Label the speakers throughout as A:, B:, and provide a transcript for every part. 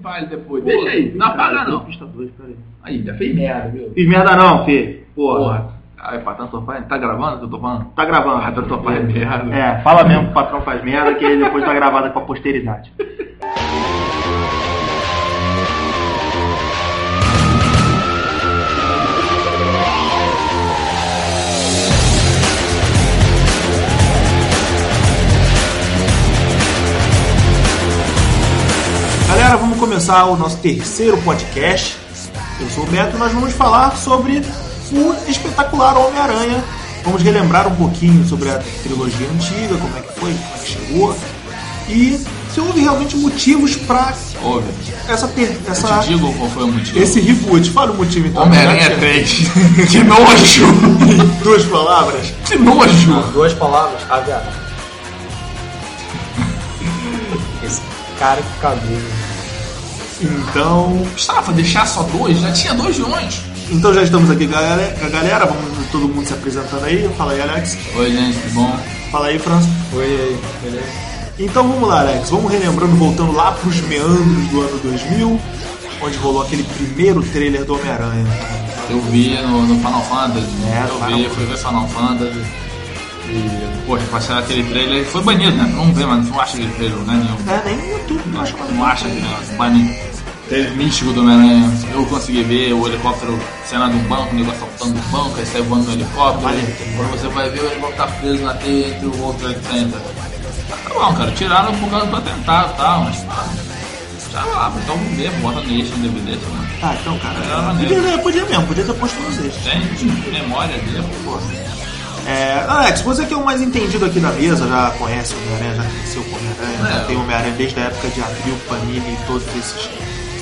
A: faz depois.
B: Pô,
A: Deixa aí, não apaga não.
B: Pista 2, peraí.
A: Aí, já fez merda, viu?
B: Fiz merda não, filho. Porra.
A: Ah, o patrão só faz. Tá gravando o que eu tô falando?
B: Tá
A: Ah,
B: gravando.
A: tá só faz merda.
B: É, fala mesmo que o patrão faz merda, que aí depois tá gravada pra posteridade. Galera, vamos começar o nosso terceiro podcast. Eu sou o Beto e nós vamos falar sobre o espetacular Homem-Aranha. Vamos relembrar um pouquinho sobre a trilogia antiga, como é que foi, como é que chegou. E se houve realmente motivos para
A: Óbvio.
B: essa, ter-
A: Eu
B: essa
A: te digo qual foi o motivo.
B: esse reboot. Fala o motivo então.
A: Homem-Aranha é
B: Beto.
A: 3. que nojo!
B: Duas palavras.
A: Que nojo!
C: Duas palavras, caviar. Esse cara que cabelo.
B: Então,
A: Mustafa, deixar só dois? Já tinha dois vilões.
B: então já estamos aqui, galera. galera. Vamos todo mundo se apresentando aí. Fala aí, Alex.
A: Oi, gente, tudo bom?
B: Fala aí, França.
C: Oi, aí, beleza?
B: Então vamos lá, Alex. Vamos relembrando, voltando lá pros meandros do ano 2000, onde rolou aquele primeiro trailer do Homem-Aranha.
A: Eu vi no, no Final Fantasy.
B: É,
A: eu
B: Final
A: vi, fui ver Final Fantasy. E, poxa, passaram aquele trailer. Foi banido, né? Não vê, mano. Não acha aquele trailer, né? Nenhum.
B: É, nem no YouTube, não acho
A: Não acha que né? Banido. Trailer místico do Homem-Aranha. Eu consegui ver o helicóptero cena do banco, o negócio saltando do banco, aí sai voando no helicóptero.
B: Valeu.
A: Quando você vai ver, o helicóptero tá preso na teia entre o outro e o Center. Tá bom, cara. Tiraram por causa do atentado e tal, mas. Ah, já lá, então vê, bota neste no DVD, sei lá.
B: Ah, então, cara.
A: Era maneiro.
B: Podia, podia mesmo, podia ter posto vocês.
A: Gente, memória dele, pô.
B: É, Alex, você que é o mais entendido aqui da mesa, já conhece o Homem-Aranha, já cresceu com o Homem-Aranha,
A: É.
B: já tem o Homem-Aranha desde a época de abril, Panini e todos esses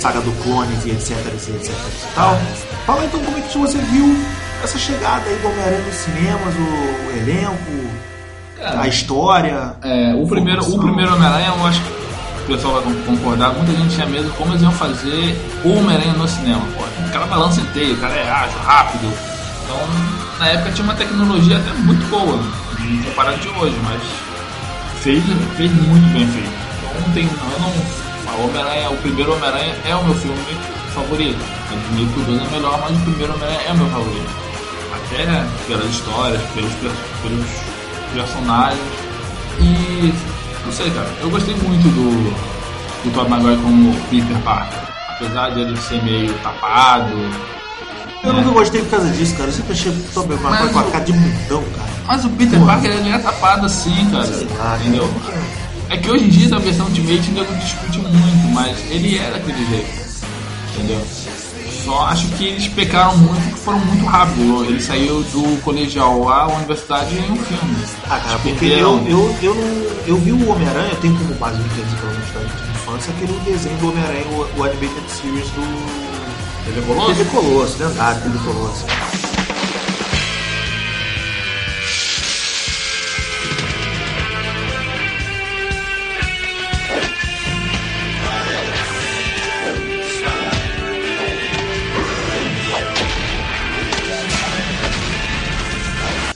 B: saga do clones e etc, etc, etc e tal. Fala então como é que você viu essa chegada aí do Homem-Aranha nos cinemas, o, o elenco,
A: Cara,
B: a história.
A: É, o primeiro, o
B: Função.
A: primeiro Homem-Aranha, eu acho que o pessoal vai con- concordar, muita gente tinha medo de como eles iam fazer o Homem-Aranha no cinema. Pô. O cara balança inteiro, o cara é ágil, rápido. Então, na época tinha uma tecnologia até muito boa, né, comparado de hoje, mas fez, fez muito bem feito. Então, não tem, eu não. O Homem-Aranha, o primeiro Homem-Aranha é o meu filme favorito. Admito que o 2 é melhor, mas o primeiro Homem-Aranha é o meu favorito. Até pelas histórias, pelos, per- pelos personagens. E não sei, cara, eu gostei muito do, do Tobey Maguire como Peter Parker. Apesar dele ser meio tapado.
B: Eu nunca gostei por causa disso, cara. Eu sempre achei o Tobey Maguire
A: Mas
B: com a
A: o-
B: cara de mundão, cara.
A: Mas o Peter Parker ele é tapado assim, cara.
B: lá, cara.
A: entendeu? É que hoje em dia essa versão Ultimate ainda não discute muito, mas ele era daquele jeito. Entendeu? Só acho que eles pecaram muito porque foram muito rápido. Ele saiu do colegial à universidade em um filme.
B: Ah, cara,
A: Eles
B: porque
A: perderam.
B: eu, eu, eu, não- eu vi o Homem-Aranha, eu tenho como base o entendi pelo menos da minha infância, é aquele desenho do Homem-Aranha, o, o Animated Series do,
A: Ele é goloso?
B: Teve Colosso, lendário, teve Colosso.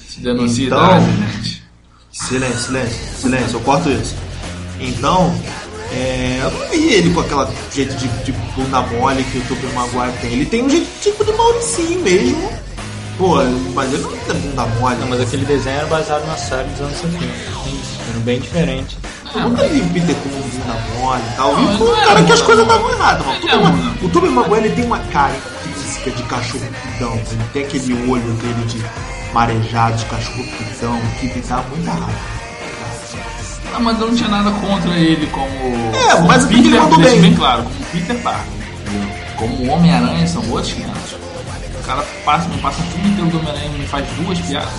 A: Se denuncia
B: Então-
A: idade, gente.
B: Silêncio, silêncio, silêncio, eu corto isso. Então, é, eu não vi ele com aquela jeito de, de bunda mole que o Tobey Maguire tem. Ele tem um jeito tipo de Mauricinho mesmo. Pô, mas ele não tem bunda mole.
C: Não, mas aquele desenho era baseado na série dos anos 70. Era bem diferente.
B: Eu nunca vi o Peter como um bunda mole e tal.
A: Não,
B: E foi
A: ele
B: um
A: não
B: cara
A: é
B: que as
A: bunda
B: coisas
A: mole.
B: estavam erradas, mano.
A: Ele é bunda.
B: O Tobey Maguire ele tem uma cara física de cachorro pidão. Ele tem aquele olho dele de marejado, de cachorro pidão, que me dá muita raiva.
A: Ah, mas eu não tinha nada contra ele como.
B: É,
A: como
B: mas é porque ele mandou
A: deixa
B: bem.
A: claro, como Peter Parker. Como Homem-Aranha são outros 500. O cara passa, me passa o filme inteiro do Homem-Aranha e me faz duas piadas.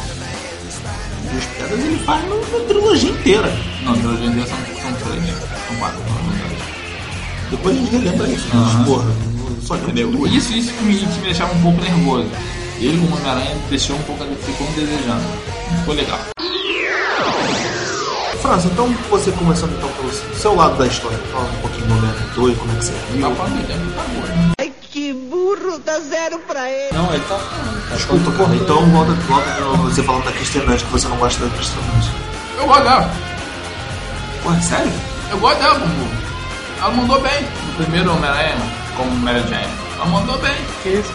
B: E as pedras ele faz na trilogia inteira.
A: Não, pelo menos são, são três. né? São quatro. na verdade.
B: Depois a gente relembra isso. né?
A: Aham.
B: Porra, eu só lembro duas.
A: Isso, isso que me, que me deixava um pouco nervoso. Ele como Homem-Aranha me deixou um pouco, ficou me desejando. Ficou legal.
B: França, então você começando então pelo seu lado da história. Fala um pouquinho do Homem-Aranha 2, como é que você
A: Tá
B: viu.
A: pra mim, né? Por favor.
D: Ai, que burro, dá zero pra ele.
C: Não, ele tá falando. Tá
B: Desculpa,
C: falando
B: cara.
C: tudo.
B: Então volta, volta pra você falando da Christian Dunst, que você não gosta da Christian Dunst.
A: Eu gosto dela.
B: Porra, sério?
A: Eu gosto dela, Bubu. Ela mandou bem. primeiro Homem-Aranha como Mary Jane. Ela mandou bem.
C: Que isso?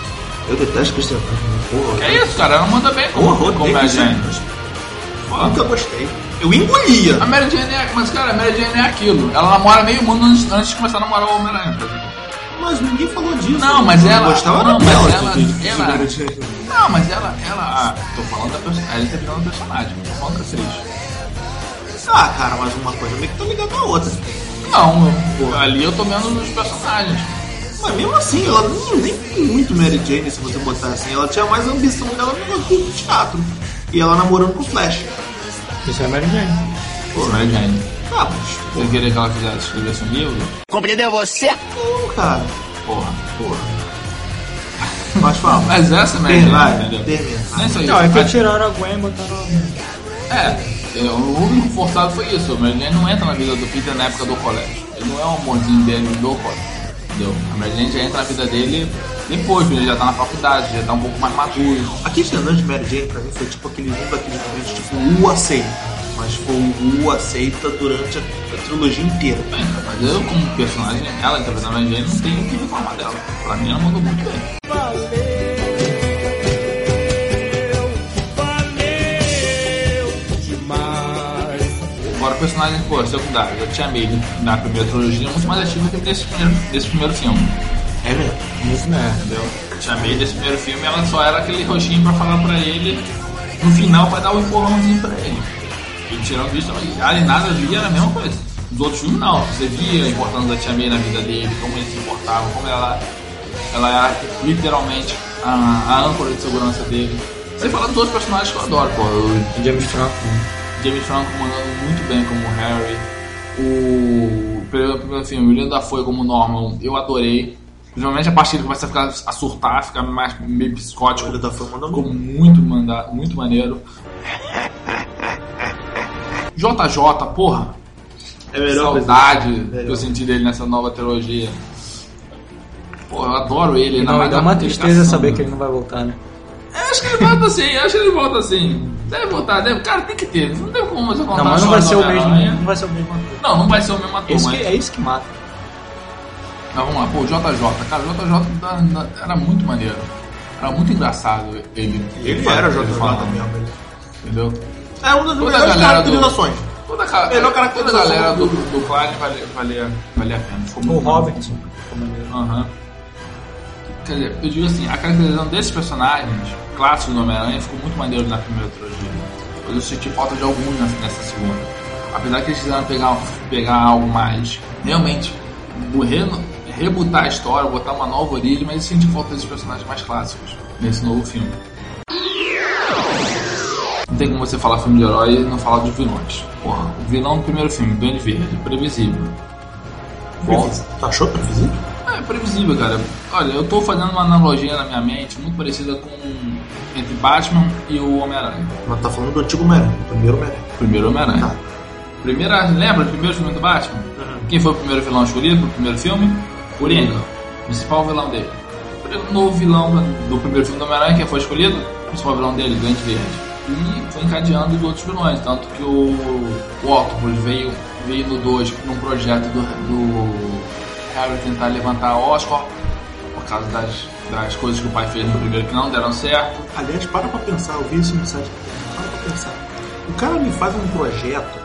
E: Eu detesto Christian Bale. Porra.
A: Que é isso, cara? Ela mandou bem
E: Eu
A: como,
E: horror
A: como
E: dele,
A: Mary
B: é
E: Christian
A: Jane.
E: Bale.
A: Pô,
E: Nunca gostei. Eu engolia.
A: A Mary Jane é. Mas, cara, a Mary Jane é aquilo. Ela namora meio mundo antes, antes de começar a namorar o Homem-Aranha.
B: Mas ninguém falou disso. né?
A: Não, mas
E: Eu
A: ela.
E: gostava
A: não,
E: não,
A: mas
E: dela.
A: ela,
E: de- de- de-
A: ela-
E: de- de- de-
A: Não, mas ela. ela ah, tô falando da personagem. Ela interpretando o personagem. Não tô falando da atriz.
B: Ah, cara, mas uma coisa meio que tá ligada à outra.
A: Não, eu- ali eu tô vendo os personagens.
B: Mas mesmo assim, ela não- nem tem muito Mary Jane, se você botar assim. Ela tinha mais ambição dela no negócio do teatro. E ela namorando com o Flash.
C: Isso é Mary Jane.
A: Pô, Mary Jane.
B: Ah, mas,
A: Você queria que ela fizesse, escrevesse um livro?
D: Compreendeu você?
B: pô, cara.
A: Porra.
B: Mas fala.
A: Mas essa é Mary
B: Terminar,
A: Jane, entendeu?
B: terminar.
A: Não é só isso.
C: Não, é que
A: Mas-
C: tiraram a Gwen e botaram a...
A: É, eu- o único forçado foi isso. Mas ele não entra na vida do Peter na época do colégio. Ele não é um amorzinho dele do colégio. Entendeu? A Mary Jane já entra na vida dele depois, quando ele já tá na faculdade, já tá um pouco mais maduro.
B: A Kirsten Dunst de Mary Jane pra mim foi tipo aquele um daqueles momentos tipo o aceita. Mas foi o U aceita durante a, a trilogia inteira.
A: Bem, mas eu, como personagem, ela interpretando a Mary Jane, não tenho o que reclamar dela. Pra mim, ela mandou muito bem. Agora, o personagem, pô, secundário, eu tinha medo na primeira trilogia, muito mais ativo que nesse primeiro, nesse primeiro filme,
B: É mesmo.
C: Isso, né?
A: entendeu? Eu tinha medo desse primeiro filme, ela só era aquele roxinho pra falar pra ele, no final, pra dar um empurrãozinho pra ele. E tirando isso, ela- ali nada ali era a mesma coisa. Nos outros filmes, não. Você via a importância da Tia May na vida dele, como ele se importava, como ela, ela era literalmente a, a âncora de segurança dele. Você fala dos outros personagens que eu adoro, pô. Eu
C: James Franco.
A: James Franco mandando muito bem como Harry. O pelo- pelo- assim, o William Dafoe como Norman, eu adorei. Principalmente a parte que ele começa a ficar a surtar, ficar mais meio psicótico.
B: Ele tá formando
A: Ficou muito, manda, muito maneiro. JJ, porra.
B: É a melhor coisa.
A: saudade que
B: Melhor.
A: eu senti dele nessa nova trilogia. Pô, eu adoro ele. ainda
C: Não,
A: mais
C: dá
A: a
C: uma tristeza
A: dedicação,
C: saber
A: né?
C: que ele não vai voltar, né?
A: Eu acho que ele volta assim, eu acho que ele volta assim. Deve voltar, deve. Cara, tem que ter. Não tem como você contar
C: Não,
A: a
C: mas não
A: história
C: vai ser
A: do
C: o mesmo.
A: Homem-Aranha.
C: Não vai ser o mesmo ator.
A: Não, não vai ser o mesmo ator,
C: Isso
A: mas...
C: que, é isso que mata.
A: mas vamos lá, pô, o JJ, cara, o JJ da- da- era muito maneiro. Era muito engraçado ele.
B: Ele era o JJ
A: falando,
B: mesmo.
A: Entendeu?
B: É uma das
A: Toda a
B: melhores
A: galera do-
B: caracterizações.
A: Toda a, ca-
B: Melhor
A: toda a
B: caracterização
A: galera do,
B: do-
A: do, do Clyde valia, valia, valia a pena. Ficou
C: O
A: muito bom.
C: Robertson. ficou maneiro.
A: Aham. Quer dizer, eu digo assim, a caracterização desses personagens clássicos do Homem-Aranha ficou muito maneiro na primeira trilogia. Mas eu senti falta de alguns nessa, nessa segunda. Apesar que eles quiseram pegar, pegar algo mais, realmente, bu- reno- rebutar a história, botar uma nova origem, mas eu senti falta desses personagens mais clássicos nesse novo filme. Não tem como você falar filme de herói e não falar dos vilões. Porra, o vilão do primeiro filme, Duende Verde, previsível. Volta,
B: Tu Tá achou previsível?
A: é previsível, cara. Olha, eu tô fazendo uma analogia na minha mente muito parecida com entre Batman e o Homem-Aranha.
B: Mas tá falando do antigo Homem-Aranha, do primeiro Homem-Aranha.
A: Primeiro Homem-Aranha.
B: Tá.
A: Primeira, lembra o primeiro filme do Batman? Quem foi o primeiro vilão escolhido pro primeiro filme? Coringa. Principal vilão dele. O novo vilão do primeiro filme do Homem-Aranha, quem foi escolhido? Principal vilão dele, Duende Verde. E foi encadeando os outros vilões, tanto que o, o Octopus veio, veio no 2 num projeto do, do Harry tentar levantar Oscorp, por causa das, das coisas que o pai fez no primeiro que não deram certo.
B: Aliás, para pra pensar, eu vi isso no site. Para pra pensar. O cara me faz um projeto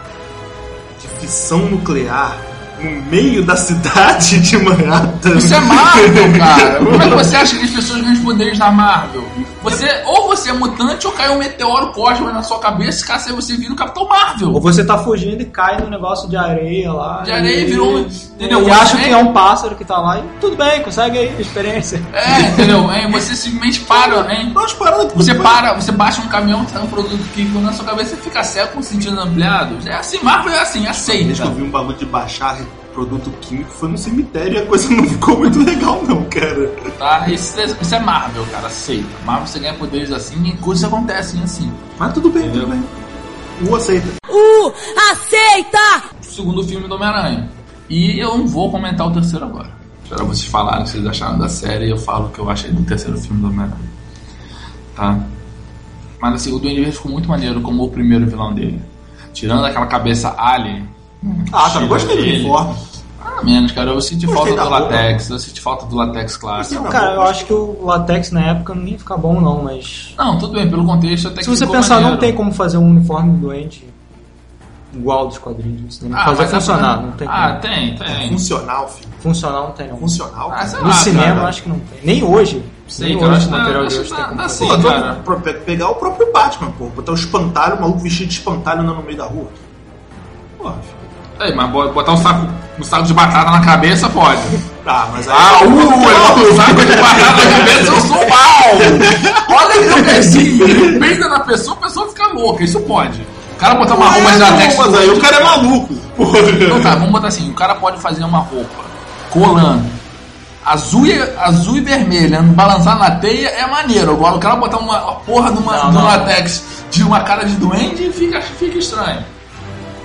B: de fissão nuclear no meio da cidade de Manhattan.
A: Isso é Marvel, cara. Como é que você acha que as pessoas ganham os poderes da Marvel? Você, ou você é mutante ou cai um meteoro cósmico na sua cabeça e caça você vira o Capitão
C: Ou
A: Marvel.
C: você tá fugindo e cai no negócio de areia lá.
A: De areia e virou um- entendeu?
C: E
A: Você-
C: acha que é um pássaro que tá lá e tudo bem, consegue aí, experiência.
A: É, entendeu? É, você simplesmente para, hein?
B: Umas paradas que
A: Você para, você baixa um caminhão, sai um produto químico na sua cabeça e fica cego com os sentidos ampliados. É assim, Marvel é assim,
B: Desde que
A: aceita.
B: eu vi um bagulho de baixar produto químico foi no cemitério e a coisa não ficou muito legal, não, cara.
A: Tá? Isso, é- isso é Marvel, cara, aceita. Marvel você ganha poderes assim e coisas acontecem assim.
B: Mas tudo bem,
A: Entendeu?
B: tudo bem. O aceita.
F: Uh, aceita!
A: o segundo filme do Homem-Aranha. E eu não vou comentar o terceiro agora. Espero vocês falarem o que vocês acharam da série e eu falo o que eu achei do terceiro filme do Homem-Aranha. Tá? Mas assim, o Duende Verde ficou muito maneiro como o primeiro vilão dele. Tirando aquela cabeça alien.
B: Ah, tá, eu gostei do
A: dele.
B: uniforme.
A: Ah, menos, cara. Eu senti falta
B: Gostei da
A: do
B: roupa.
A: latex, eu senti falta do latex clássico.
B: Gostei da
C: Cara, eu acho que o latex na época não ia ficar bom, não, mas.
A: Não, tudo bem, pelo contexto até
C: Se
A: É que
C: você
A: ficou
C: pensar, não
A: maneiro.
C: tem como fazer um uniforme doente igual dos quadrinhos do cinema.
A: Ah,
C: fazer
A: mas
C: funcionar,
A: é-
C: não tem
A: Ah,
C: como.
A: tem, tem.
B: Funcional, filho.
C: Funcional não tem, não.
B: Funcional.
A: Ah,
B: cara.
A: sei
C: No
A: lá,
C: cinema
A: cara.
C: eu acho que não tem. Nem hoje.
A: Sei,
C: nem
A: cara,
C: hoje
A: acho
C: o
A: que
C: material
A: dá-
C: de
A: acho
C: hoje
A: que
C: tem
A: dá-
C: como
A: dá
C: fazer.
A: sim.
B: Pô, vamos
A: cara.
B: pro- pe- pegar o próprio Batman, pô. Botar o espantalho, o maluco vestido de espantalho andando no meio da rua. Porra, filho.
A: Ei, mas bo- botar um saco, um saco de batata na cabeça pode.
B: Ah, mas aí.
A: Ah, uh, eu um saco de batata na cabeça, eu sou um mal! Olha que eu pezinho, peida na pessoa, a pessoa fica louca, isso pode. O cara botar uma roupa de latex.
B: mas aí o cara é maluco.
A: Então tá, vamos botar assim, o cara pode fazer uma roupa colando azul e, azul e vermelha, balançar na teia é maneiro. Agora o cara botar uma, uma porra de uma,
C: Não,
A: de um
C: não.
A: latex de uma cara de duende fica, fica estranho.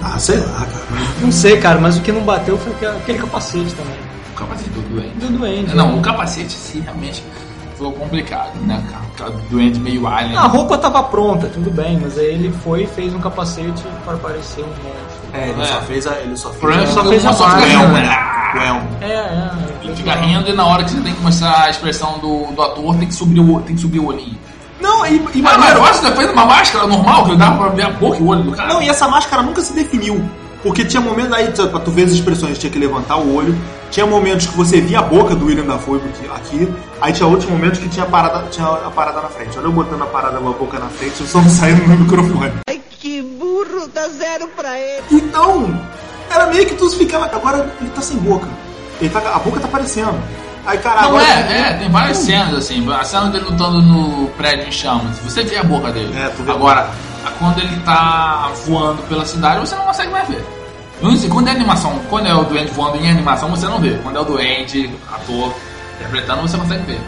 B: Ah, sei lá, cara.
C: Não sei, cara, mas o que não bateu foi aquele- aquele capacete também.
A: O capacete do duende.
C: Do doente. né?
A: Não, o capacete sim realmente foi complicado, né? cara? Aquela Duende meio alien.
C: Ah, A roupa tava pronta, tudo bem, mas aí ele foi e fez um capacete para parecer um monstro.
B: É, ele
A: É.
B: só fez a. Ele só fez.
A: Frank
B: a-
A: só
C: só
A: fez
C: fez
A: uma
C: a
A: só fica
C: máquina,
A: rindo,
B: né?
A: né?
B: Well.
C: É, é.
A: Ele
C: é
A: Fica
C: legal.
A: rindo e na hora que você tem que mostrar a expressão do, do ator, tem que subir o, tem que subir o olhinho.
B: Não, e, e
A: E Ah, mas mas
B: maneiro.
A: eu acho que você fez uma máscara normal, que dava pra ver a boca e o olho do cara.
B: Não, e essa máscara nunca se definiu. Porque tinha momentos aí, tu- pra tu ver as expressões, tinha que levantar o olho. Tinha momentos que você via a boca do William Dafoe aqui. aqui aí tinha outros momentos que tinha a parada, tinha a parada na frente. Olha eu botando a parada com a boca na frente, eu só não saindo no microfone.
D: Ai, que burro, dá zero pra ele.
B: Então, era meio que tu ficava. Agora ele tá sem boca. Ele tá, a boca tá aparecendo. Aí, cara,
A: Não,
B: agora.
A: é, é, tem várias cenas assim. A cena dele lutando no prédio em chamas, você vê a boca dele.
B: É, tu vê.
A: Agora, a- quando ele tá voando pela cidade, você não consegue mais ver. E um segundo é animação. Quando é o doente voando em animação, você não vê. Quando é o doente, ator, interpretando, você consegue ver.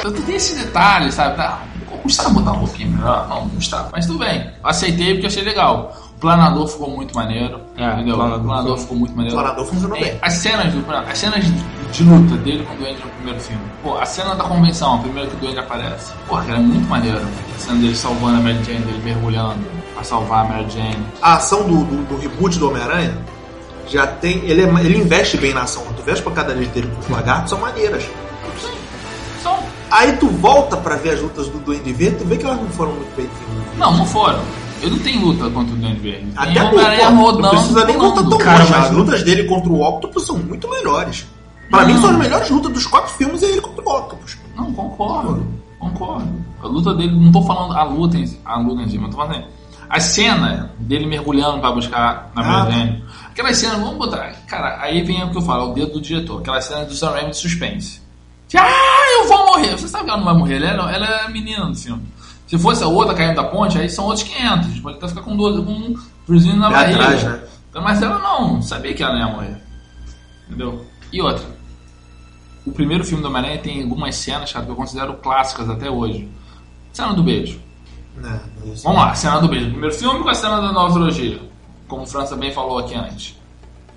A: Então tem esse detalhe, sabe? Tá, custava botar uma roupinha melhor? Não, não custava. Mas tudo bem. Aceitei porque achei legal. O planador ficou muito maneiro.
C: É,
A: entendeu? O
C: planador.
A: planador, ficou muito
B: O
A: maneiro.
B: planador funcionou
A: É,
B: bem.
A: as cenas do as cenas de, de luta dele com o Duende no primeiro filme. Pô, a cena da convenção, a primeira que o Duende aparece. Pô, era muito maneiro. A cena dele salvando a Mary Jane, dele mergulhando pra salvar a Mary Jane.
B: A ação do, do, do reboot do Homem-Aranha já tem. Ele, é- ele investe bem na ação. Tu vê as pancadarias dele com os lagartos são maneiras.
A: Sim, são.
B: Aí tu volta pra ver as lutas do Duende Verde, tu vê que elas não foram muito bem definidas.
A: Não, não foram. Eu não tenho luta contra o Duende Verde. Tem
B: Até
A: Homem-Aranha
B: pô, não
A: rodando,
B: precisa nem voltar tão
A: pulando.
C: Cara,
B: longe.
C: mas-
B: As lutas dele contra o Octopus são muito melhores. Pra
A: Não.
B: mim são as melhores lutas dos quatro filmes é ele contra o Octopus.
A: Não, concordo. Concordo. A luta dele, não tô falando a luta em si, a luta em si, mas tô falando assim, a cena dele mergulhando pra buscar na
B: Ah,
A: Mary Jane. Aquela cena, vamos botar. Cara, aí vem o que eu falo, é o dedo do diretor. Aquela cena do Sam Raimi de suspense. Que, ah, eu vou morrer. Você sabe que ela não vai morrer, ela, é- ela é a menina do filme. Se fosse a outra caindo da ponte, aí são outros tipo, 500. Pode até ficar com 12, com um friozinho na
B: Pé
A: barriga.
B: atrás, né?
A: Então, Mas ela não sabia que ela não ia morrer. Entendeu? E outra. O primeiro filme do Homem-Aranha tem algumas cenas, cara, que eu considero clássicas até hoje. Cena do beijo.
B: Né, mas-
A: Vamos lá, cena do beijo. Primeiro filme com a cena da nova trilogia. Como o França bem falou aqui antes.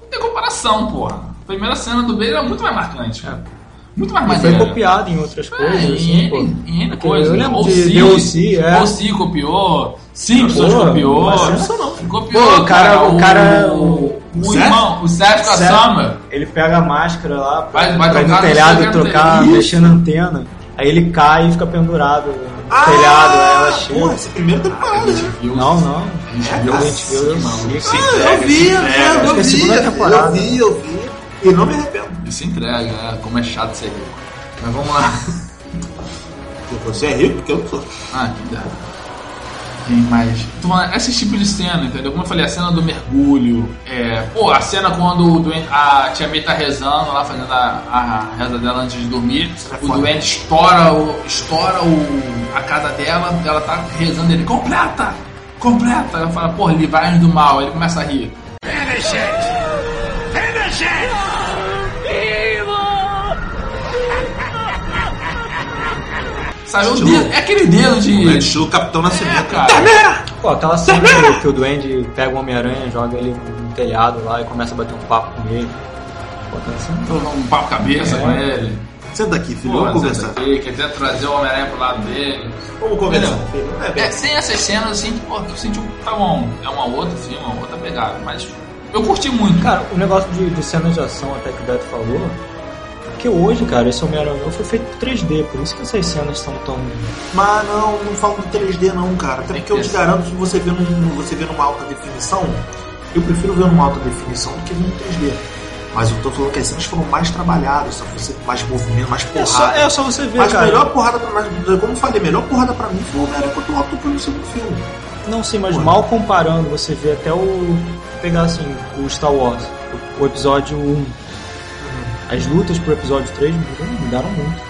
A: Não tem comparação, porra. A primeira cena do beijo é muito mais marcante, cara. Muito mais
C: Mas foi
A: maneira.
C: copiado em outras coisas,
A: É,
C: assim,
A: em
C: pô.
A: N- em N
C: Porque
A: coisas.
C: Eu
A: né?
C: lembro
A: Ou
C: de
A: se-
C: The O.C., é.
A: Ou se copiou, Simpsons
C: Pô,
A: copiou.
C: mas Simpsons
A: Copiou,
C: Pô, o cara- o cara-
A: O, o
B: o
A: irmão, o Sérgio da
C: Sérgio-
A: Summer.
C: Ele pega a máscara lá,
A: Vai- vai
C: vai
A: trocar,
C: no telhado
A: chega
C: e
A: no
C: trocar,
A: telhado.
C: mexendo a antena. Aí ele cai e fica pendurado no
B: Ah, é
C: telhado, aí ela chega.
B: Porra, esse primeiro tem parada, né?
C: Não, não.
B: É,
C: A
B: cara,
C: gente viu, eu sei.
B: Ah, eu vi, eu vi,
C: Acho
B: eu
C: que é a
B: vi,
C: segunda
B: eu
C: temporada.
B: vi, eu vi. E não me arrependo.
A: Isso entrega, né? Como é chato ser rico. Mas vamos lá.
B: Porque Você é rico porque eu não sou.
A: Ah, que dá. Tem mais. Então, esse tipo de cena, entendeu? Como eu falei, a cena do mergulho. É, pô, a cena quando o duende, a Tia May tá rezando lá, fazendo a, a reza dela antes de dormir.
B: é
A: o
B: foda.
A: duende estoura, o, estoura o, a casa dela, ela tá rezando ele, completa! Completa! Ela fala, pô, livrai-nos do mal. Aí ele começa a rir. Sabe, o
B: Estilo-
A: dedo- é aquele dedo
B: É
A: de.
B: estilo Capitão
A: É,
B: Nascimento.
A: cara.
C: Pô, aquela cena que, que o Duende pega o Homem-Aranha, joga ele no telhado lá e começa a bater um papo com ele. Pô, tá assim. aquela cena.
A: Um papo cabeça
C: É.
A: com ele.
B: Senta aqui, filho,
A: Pô,
B: vamos conversar.
A: aqui, quer até trazer o Homem-Aranha pro lado dele.
B: Vamos
A: Entendeu?
B: conversar, filho. É,
A: um- É, sem essas cenas, assim, pô, tu sentiu, tá bom, é uma outra filme, uma outra pegada, mas Eu curti muito.
C: Cara, o negócio de, de cenas de ação até que o Beto falou, porque hoje, cara, esse Homem-Aranha novo foi feito 3D, por isso que essas cenas são tão.
B: Mas não, não falo do 3D não, cara. Até
A: Tem
B: porque eu
A: que
B: te
A: ser.
B: garanto que você vê, num, você vê numa alta definição, eu prefiro ver numa alta definição do que ver num 3D. Mas eu tô falando que as cenas foram mais trabalhadas, só você mais movimento, mais porrada.
C: É só, é só você ver,
B: Mas a
C: cara.
B: melhor porrada, pra, mas, como eu falei, a melhor porrada pra mim foi o Homem-Aranha contra o Octopus no segundo filme.
C: Não, sim, mas
B: Porra.
C: mal comparando, você vê até o. pegar assim, o Star Wars, o, o episódio 1. As lutas pro episódio 3 mudaram- mudaram muito.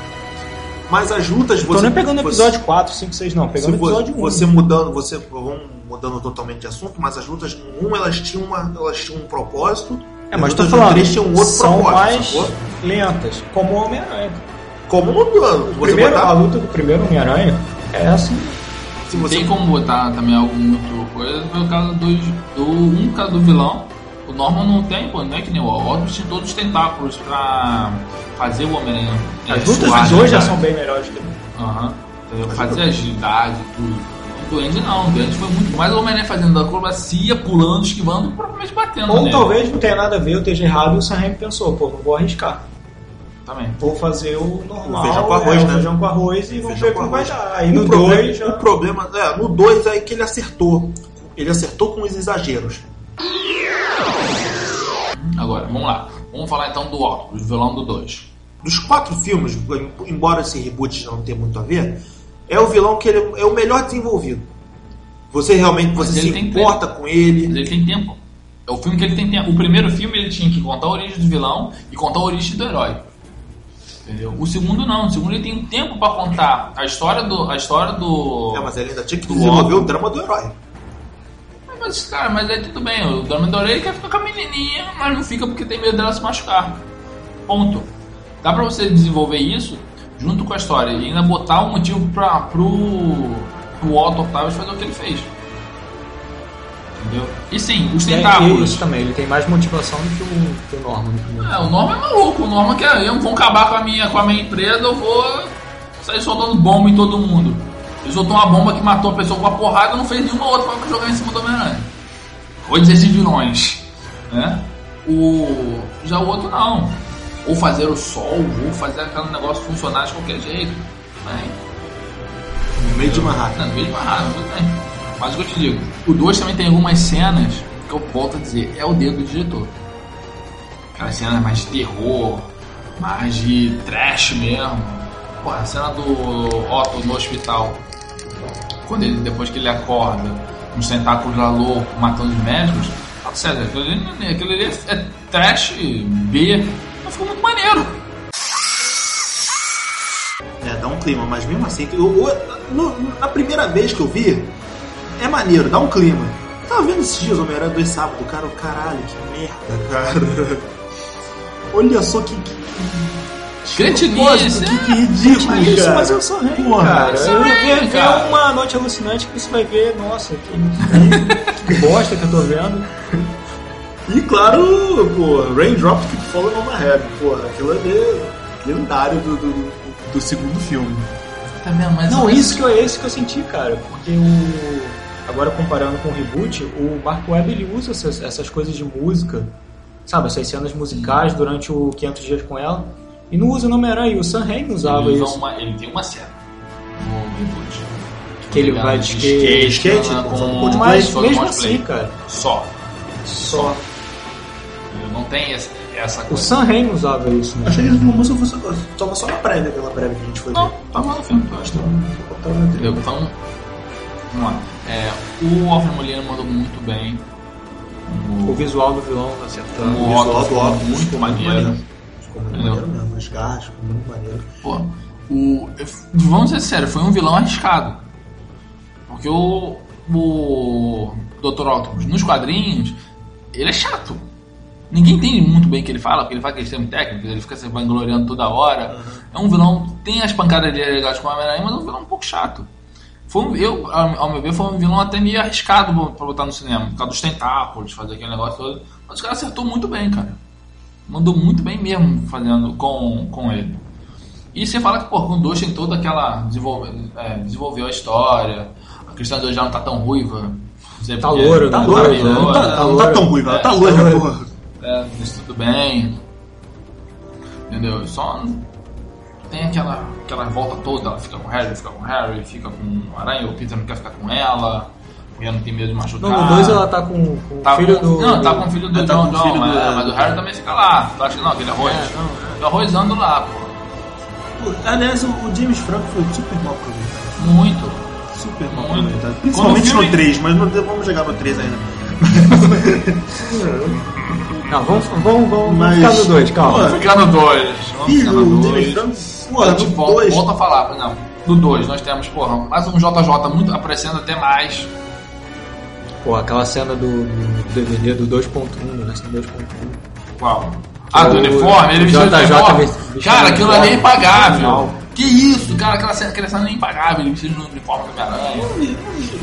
B: Mas as lutas
C: Tô
B: você.
C: nem pegando o
B: você-
C: episódio 4, 5, 6, não.
B: Se
C: Pegando o episódio 1.
B: você mudando, você vão mudando totalmente de assunto, mas as lutas no 1 elas tinham, uma, elas tinham um propósito.
C: É, mas
B: as
C: tô
B: lutas no
C: falando,
B: 3 tinham outro
C: são
B: propósito,
C: mais
B: sacou?
C: lentas, como o Homem-Aranha.
B: Como mudando. Você
C: Primeiro,
B: botar-
C: a luta do primeiro Homem-Aranha é assim.
B: se você
A: Tem como botar também algum outro coisa pelo caso do, do um caso do vilão. O Norman não tem, pô, não é que nem o Octopus tinha todos os tentáculos pra fazer o Homem-Aranha.
C: As
A: é, suar,
C: lutas de hoje
A: né,
C: já
A: cara?
C: são bem melhores que
A: Aham. Entendeu? Fazer agilidade, tudo. O Duende não, o Duende foi muito mais o Homem-Aranha fazendo acrobacia, pulando, esquivando, provavelmente batendo.
C: Ou
A: né?
C: talvez não tenha nada a ver, eu esteja errado e o Sam Raimi pensou, pô, não vou arriscar.
A: Também.
C: Vou fazer o normal,
B: O feijão com arroz,
C: é, o
B: né?
C: feijão com arroz e
B: O
C: vamos
B: feijão
C: ver
B: com
C: como vai
B: arroz.
C: dar. Aí no
B: o problema,
C: 2 já...
B: o problema- é, no 2 aí que ele acertou. Ele acertou com os exageros.
A: Agora, vamos lá. Vamos falar então do Octopus, vilão do 2.
B: Dos quatro filmes, embora esse reboot já não tenha muito a ver, é o vilão que ele é o melhor desenvolvido. Você realmente
A: Mas
B: você se
A: ele tem
B: importa com ele.
A: Mas ele tem tempo. É o filme que ele tem tempo. O primeiro filme ele tinha que contar a origem do vilão e contar a origem do herói. Entendeu? O segundo não. O segundo ele tem tempo pra contar a história do. A história do.
B: É, mas ele ainda tinha que
A: Do
B: desenvolver
A: óbvio.
B: o drama do herói.
A: Mas, cara, mas é tudo bem. O Dama Dorei quer ficar com a menininha, mas não fica porque tem medo dela se machucar. Ponto. Dá pra você desenvolver isso junto com a história e ainda botar um motivo pra, pro, pro Otto Octavius fazer o que ele fez. Entendeu? E sim, tá. os
C: É, e
A: tentáculos.
C: isso também, ele tem mais motivação do que o, que o Norman. no primeiro.
A: É, o Norman é maluco. O Norman quer. Eu vou acabar com a minha, com a minha empresa, eu vou sair soltando bomba em todo mundo. Ele soltou uma bomba que matou a pessoa com uma porrada e não fez nenhuma outra pra jogar em cima do Homem-Aranha. Hoje esses vilões. Né? O... Já o outro não. Ou fazer o sol, ou fazer aquele negócio funcionar de qualquer jeito. Né?
B: No meio de Manhattan.
A: Não, Ah, tá meio barrado, tudo bem. Mas o que eu te digo, o 2 também tem algumas cenas que eu volto a dizer, é o dedo do diretor. Aquelas cenas mais de terror, mais de trash mesmo. Porra, a cena do Otto no hospital. Quando ele, depois que ele acorda, uns tentáculos lá louco, matando os médicos. Fala sério, aquilo ali, aquilo ali é, é trash B. Mas ficou muito maneiro.
B: É, dá um clima, mas mesmo assim, eu- eu- no- na primeira vez que eu vi, é maneiro, dá um clima. Tava vendo esses dias Homem-Aranha 2 sábado, cara, eu, caralho, que merda, cara. Olha só que. que
A: Cretinice,
B: propósito,
A: né?
B: que, que ridículo,
C: Mas isso,
B: cara.
C: mas eu sou rei,
B: Porra,
C: cara.
A: Sam
C: Eu
A: Raimi,
C: ia ver
A: cara.
C: uma noite alucinante que você vai ver, nossa, que, que bosta que eu tô vendo.
B: E claro, pô, Raindrop que Fallen on my head, pô, aquilo ali é lendário do, do, do- do segundo filme.
A: Tá vendo? Mas
C: Não,
A: olha
C: isso que, eu, esse que eu senti, cara. Porque o. Agora comparando com o reboot, o Marco Webb ele usa essas, essas coisas de música, sabe? Essas cenas musicais durante o 500 Dias com ela. E não usa o Homem-Aranha. E O Sam Raimi usava
A: Ele, usa
C: isso.
A: uma- ele tem uma cena no reboot.
C: Que ele vai de skate.
B: skate,
A: anda
B: É, pô,
A: com-
B: só no
C: Mas
A: só no
C: mesmo
A: cosplay.
C: assim, cara.
A: Só.
C: Só.
A: Não tem essa, essa
C: O
A: coisa.
C: Sam Raimi usava isso. Né?
B: Achei que uma música fosse. Tava só na prévia, aquela prévia que a gente foi ver. tá
A: Não, tá lá no filme, eu acho. Entendeu? Então, vamos lá. É, o Alfred Molina mandou muito bem.
C: O
A: O,
C: visual do vilão tá acertando.
A: o
B: visual
A: Otto
B: do
A: ficou
B: Otto
A: muito
B: ficou muito
A: maneiro.
B: maneiro. Ficou muito
A: Entendeu?
B: maneiro mesmo, as garras, ficou muito maneiro.
A: Pô, o, vamos ser sérios, foi um vilão arriscado. Porque o, o Dr. Octopus, nos quadrinhos, ele é chato. Ninguém entende muito bem o que ele fala, porque ele faz questão técnica, ele fica se vangloriando toda hora. É um vilão, tem as pancadas dele legais com o Homem-Aranha, mas é um vilão um pouco chato. Foi um, eu, ao ao meu ver, foi um vilão até meio arriscado bo- pra botar no cinema, por causa dos tentáculos, fazer aquele negócio todo. Mas o cara acertou muito bem, cara. Mandou muito bem mesmo fazendo com, com ele. E você fala que, pô, com dois tem toda aquela. Desenvolve, é, desenvolveu a história, a Cristina Dois já não tá tão ruiva. Dizer,
C: Tá
A: porque-
C: loiro,
B: Tá
C: né?
B: loiro,
C: Tá
B: não tá, não tá tão ruim, tá
C: tá
B: loiro,
C: loiro.
B: porra.
A: É, diz tudo bem. Entendeu? Só tem aquela, aquela volta toda, ela fica com o Harry, fica com o Harry, fica com o Aranha, o Peter não quer ficar com ela, o Ian não tem medo de machucar.
C: Não, no 2 ela tá com, com
A: tá
C: o filho
A: com,
C: do.
A: Não, tá
C: do-
A: com o filho do
E: ela tá
A: John
E: com o
A: John,
E: filho
A: mas,
E: do-
A: mas o Harry também fica lá. Tu acha que não, aquele arroz?
C: É, não,
A: O arroz anda lá, pô.
B: Pô, Aliás, o o James Franco foi super mal aproveitado.
A: Muito.
B: Super mal
A: Muito.
B: aproveitado. Principalmente
A: Quando o filme-
B: no 3, mas não vamos chegar no 3 ainda.
C: Não, vamos, vamos, vamos
B: Mas-
C: ficar no 2, calma.
B: Pô,
A: Vamos ficar no 2. Vamos
B: Filho,
A: ficar no
B: o James
A: 2.
B: Franco, porra,
A: Tipo,
B: no
A: vol-
B: 2.
A: Volta a falar, não. No 2, nós temos, porra, mais um JJ muito aparecendo até mais.
C: Pô, aquela cena do, do DVD do 2.1, né? Cena 2.1.
A: Qual? Ah, do
C: O-
A: uniforme, ele
C: o
A: vestiu o
C: JJ
A: uniforme.
C: vestido
A: Cara,
C: de
A: aquilo ali é
C: uniforme.
A: impagável.
C: Não.
A: Que isso, cara, aquela cena, aquela cena é impagável, ele vestido de uniforme do Homem-Aranha.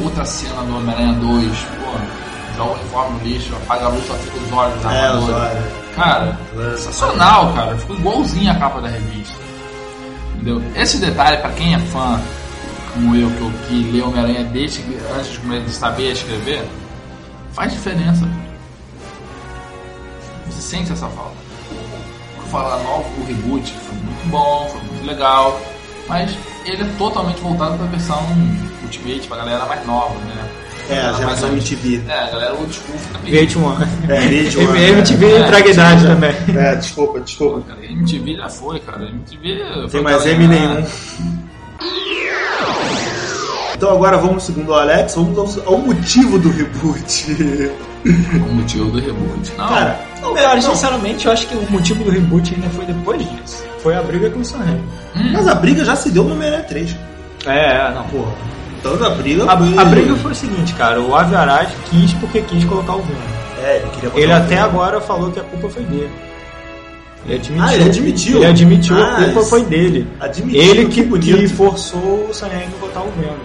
A: Outra cena do Homem-Aranha 2, pô, joga o uniforme no lixo, apaga a luz, só fica os olhos da
B: É,
A: armadura.
B: olha.
A: Cara,
B: É.
A: sensacional, cara. Ficou igualzinho a capa da revista. Entendeu? Esse detalhe, pra quem é fã, como eu, que, eu, que lê Homem-Aranha desde que- antes de começar a saber escrever, faz diferença. Você sente essa falta. O Fala Nova, o reboot, foi muito bom, foi muito legal, mas ele é totalmente voltado pra versão Ultimate, pra galera mais nova, né?
B: É, a
A: Galera mais
B: geração
A: antiga.
B: MTV.
A: É, a galera old school fica perdido.
C: VH1.
B: É, Legion, é.
C: MTV é, entrega a idade também.
B: É, desculpa, desculpa.
A: Cara, MTV já foi, cara. MTV. foi
B: Tem mais
A: pra-
B: M nenhum. Então agora vamos, segundo o Alex, vamos ao ao motivo do reboot.
A: O motivo do reboot. Não,
B: Cara,
C: Não, cara, sinceramente, eu acho que o motivo do reboot ainda foi depois disso. Foi a briga com o Sam Raimi.
B: mas a briga já se deu no Homem-Aranha 3.
C: É, é, não, porra.
B: Então a briga foi-
C: A, a briga foi o seguinte, cara. O Avi Arad quis porque quis colocar o Venom.
B: É, ele queria botar
C: Ele
B: uma
C: até
B: briga.
C: agora falou que a culpa foi dele. Ele admitiu.
B: Ah, ele admitiu?
C: Ele admitiu,
B: Ah,
C: a culpa
B: isso.
C: foi dele.
B: Admitiu
C: Ele que,
B: bonito.
C: que forçou o Sam Raimi a botar o Venom.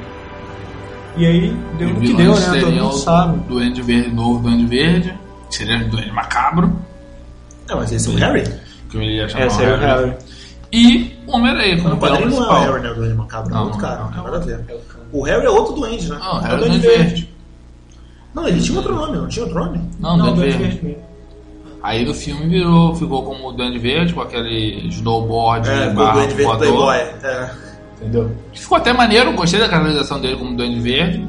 C: E aí deu
A: os
C: o que deu,
A: vilões
C: né? Todo
A: seriam
C: mundo sabe.
A: O Duende Verde, novo Duende Verde, que seria o Duende Macabro,
B: Não, mas esse é o Harry?
A: que eu ia chamar
C: É, seria o
A: Harry.
C: Harry.
A: E o Homem-Aranha, como
B: Não, o
A: vilão
B: padrinho não é o
A: principal.
B: Harry, né? O Duende Macabro. É
A: Não,
B: outro
A: não,
B: cara, não tem
C: não.
B: nada a ver. O Harry é outro duende, né?
A: Não, o
B: É
A: Harry é o Duende Verde.
B: Não, ele tinha outro nome, não tinha outro nome?
A: Não,
C: Não,
A: Duende
C: dois
A: Verde.
C: verdes mesmo.
A: Aí do filme virou, ficou como o Duende Verde, com aquele snowboard
B: É, ficou o
A: barra
B: Duende Verde
A: voador.
B: Playboy. É.
C: Entendeu?
A: Ficou até maneiro, gostei da caracterização dele como Duende Verde.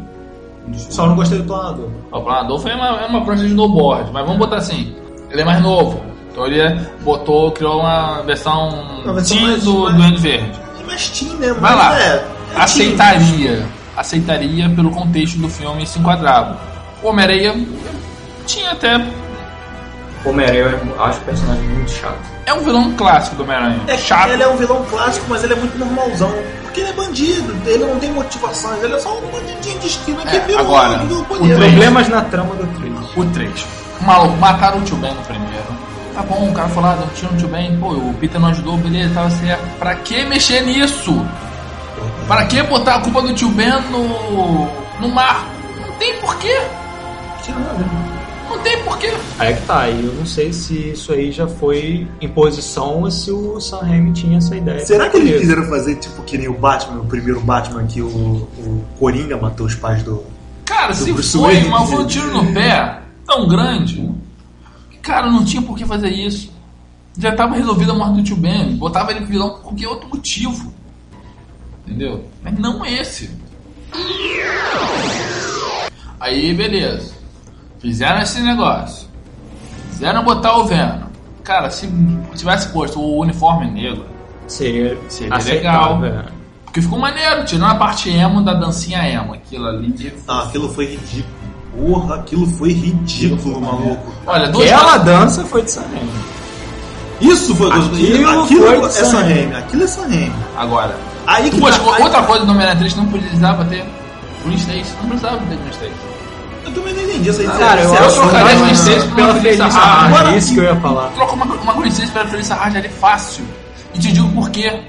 B: Só não gostei do planador.
A: O planador foi uma, é uma prancha de snowboard, mas vamos botar assim, ele é mais novo. Então ele é- botou, criou uma versão
B: Uma versão
A: teen
B: mais-
A: do
B: mais-
A: Duende Verde.
B: Mas Tim, né?
A: Vai
B: Mas
A: lá.
B: É, é teen.
A: aceitaria. Aceitaria pelo contexto do filme se enquadrava. O Homem-Aranha tinha até.
C: Homem-Aranha, eu acho o personagem muito chato.
A: É um vilão clássico do Homem-Aranha.
B: É chato.
A: chato.
B: Ele é um vilão clássico, mas ele é muito normalzão. Porque ele é bandido, ele não tem motivação, ele é só um bandidinho de esquina que
A: É,
B: virou
A: agora,
B: do
A: o
B: poder.
A: trem-
C: Problemas na trama do 3.
A: O 3. Maluco, mataram o tio Ben no primeiro. Tá bom, o cara falou, ah, não tinha o tio Ben, pô, o Peter não ajudou, beleza, tava certo. Pra que mexer nisso? Pra que botar a culpa do tio Ben no. no mar? Não tem porquê.
B: Tinha nada.
A: Não tem porquê.
C: Aí que tá, e eu não sei se isso aí já foi imposição ou se o Sam Raimi tinha essa ideia.
B: É, Será que eles
C: Porque-
B: quiseram fazer tipo que nem o Batman, o primeiro Batman que o, o Coringa matou os pais do.
A: Cara, se
B: Bruce
A: foi,
B: Wayne.
A: mas foi um tiro no pé tão grande. que, Cara, não tinha por que fazer isso. Já tava resolvido a morte do tio Ben. Botava ele pro vilão por qualquer outro motivo. Entendeu? Mas não esse. Aí, beleza. Fizeram esse negócio. Fizeram botar o Venom. Cara, se tivesse posto o uniforme negro,
C: Ah, Seria,
A: Seria
C: aceitável,
A: legal.
C: né?
A: porque ficou maneiro, tirando a parte emo da dancinha emo. Aquilo ali de
B: Ah, aquilo foi ridículo. Porra, aquilo foi ridículo, maluco.
A: Olha, duas
C: Aquela dança foi de Sam Raimi.
B: Isso foi
C: Aquilo
B: aquilo
C: foi
B: é
C: Sam
B: Sam
C: Raimi.
B: Raimi, aquilo é Sam Raimi.
A: Agora,
B: Aí que
A: Duas
B: tá-
A: co-
B: aí-
A: outra coisa do Homem-Aranha 3 não precisava ter Green Stakes. Não precisava ter Green Stakes.
B: Eu também não entendi essa
C: Cara, eu
B: Será
C: acho
B: que- é
A: trocaria
C: que
A: as princesas por uma
C: pela
A: Felícia
C: Felícia
A: Hardy.
C: Hardy, Ah, é isso que eu ia falar.
A: Troca uma, uma Green Stakes pela Felícia Raj ali fácil. E te digo por quê.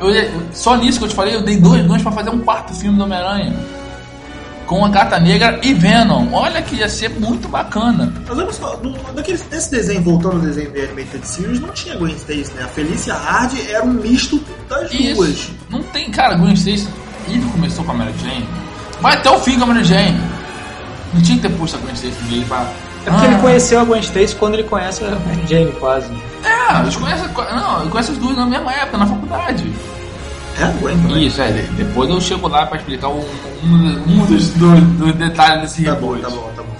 A: Eu- eu- só nisso que eu te falei, eu dei dois ganhos pra fazer um quarto filme do Homem-Aranha. Com a Gata Negra e Venom. Olha que ia ser muito bacana.
B: Mas olha só, no, naquele, nesse desenho, voltando ao desenho de Animated Series, não tinha Gwen Stacy, né? A Felícia Hard era um misto das duas.
A: Isso. Não tem, cara, Gwen Stacy. Ele começou com a Mary Jane. Vai até o fim com a Mary Jane. Não tinha que ter posto a Gwen Stacy nele pra.
C: É porque
A: Ah,
C: ele conheceu a Gwen Stacy quando ele conhece a Mary Jane, quase. né?
A: É, eles conhecem, não, eles conhecem as duas na mesma época, na faculdade.
B: É a Gwen também.
A: Isso, é. de- Depois eu chego lá pra explicar um, um, um dos, do- dos detalhes desse
B: Tá bom,
A: reboot.
B: tá bom, tá bom.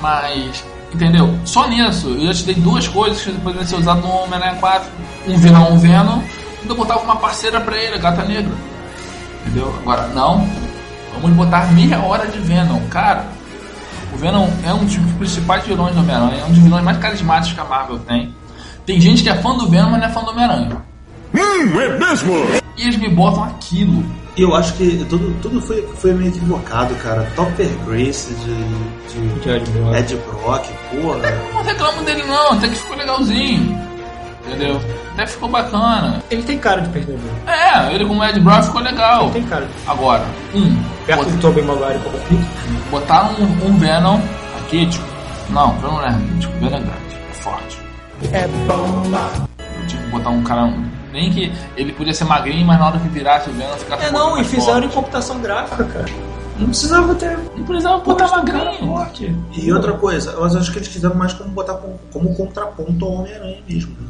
A: Mas, entendeu? Só nisso, eu já te dei duas coisas que poderiam ser usadas no Homem-Aranha 4. Um vilão, um Venom. Ainda botava uma parceira pra ele, a Gata Negra. Entendeu? Agora, não. Vamos botar meia hora de Venom. Cara, o Venom é um dos principais vilões do Homem-Aranha. É um dos vilões mais carismáticos que a Marvel tem. Tem gente que é fã do Venom, mas não é fã do Homem-Aranha. E eles me botam aquilo.
B: Eu acho que tudo, tudo foi, foi meio equivocado, cara. Topper Grace de, de
C: Jared Brock.
B: Ed Brock, porra.
A: Não reclamo dele não, até que ficou legalzinho. Entendeu? Até ficou bacana.
C: É. Ele tem cara de perdedor.
A: É, ele com o Ed Brown ficou legal.
C: Ele tem cara de
A: Agora, um,
C: Perto do Tobey Maguire e Copa Pitt.
A: bot- botaram um, um Venom arquétipo. Não, Venom não é arquétipo, Venom é grande, é forte. É bomba. Tipo, botar um cara. Nem que ele podia ser magrinho, mas na hora que virasse o Venom ficava.
C: É,
A: um
C: não,
A: pouco
C: e
A: mais
C: fizeram em
A: forte.
C: computação gráfica, cara. Não precisava ter.
A: Não precisava botar
C: tá
A: magrinho.
C: Forte.
B: E outra coisa, eu acho que eles quiseram mais como botar como, como contraponto ao Homem-Aranha mesmo. né?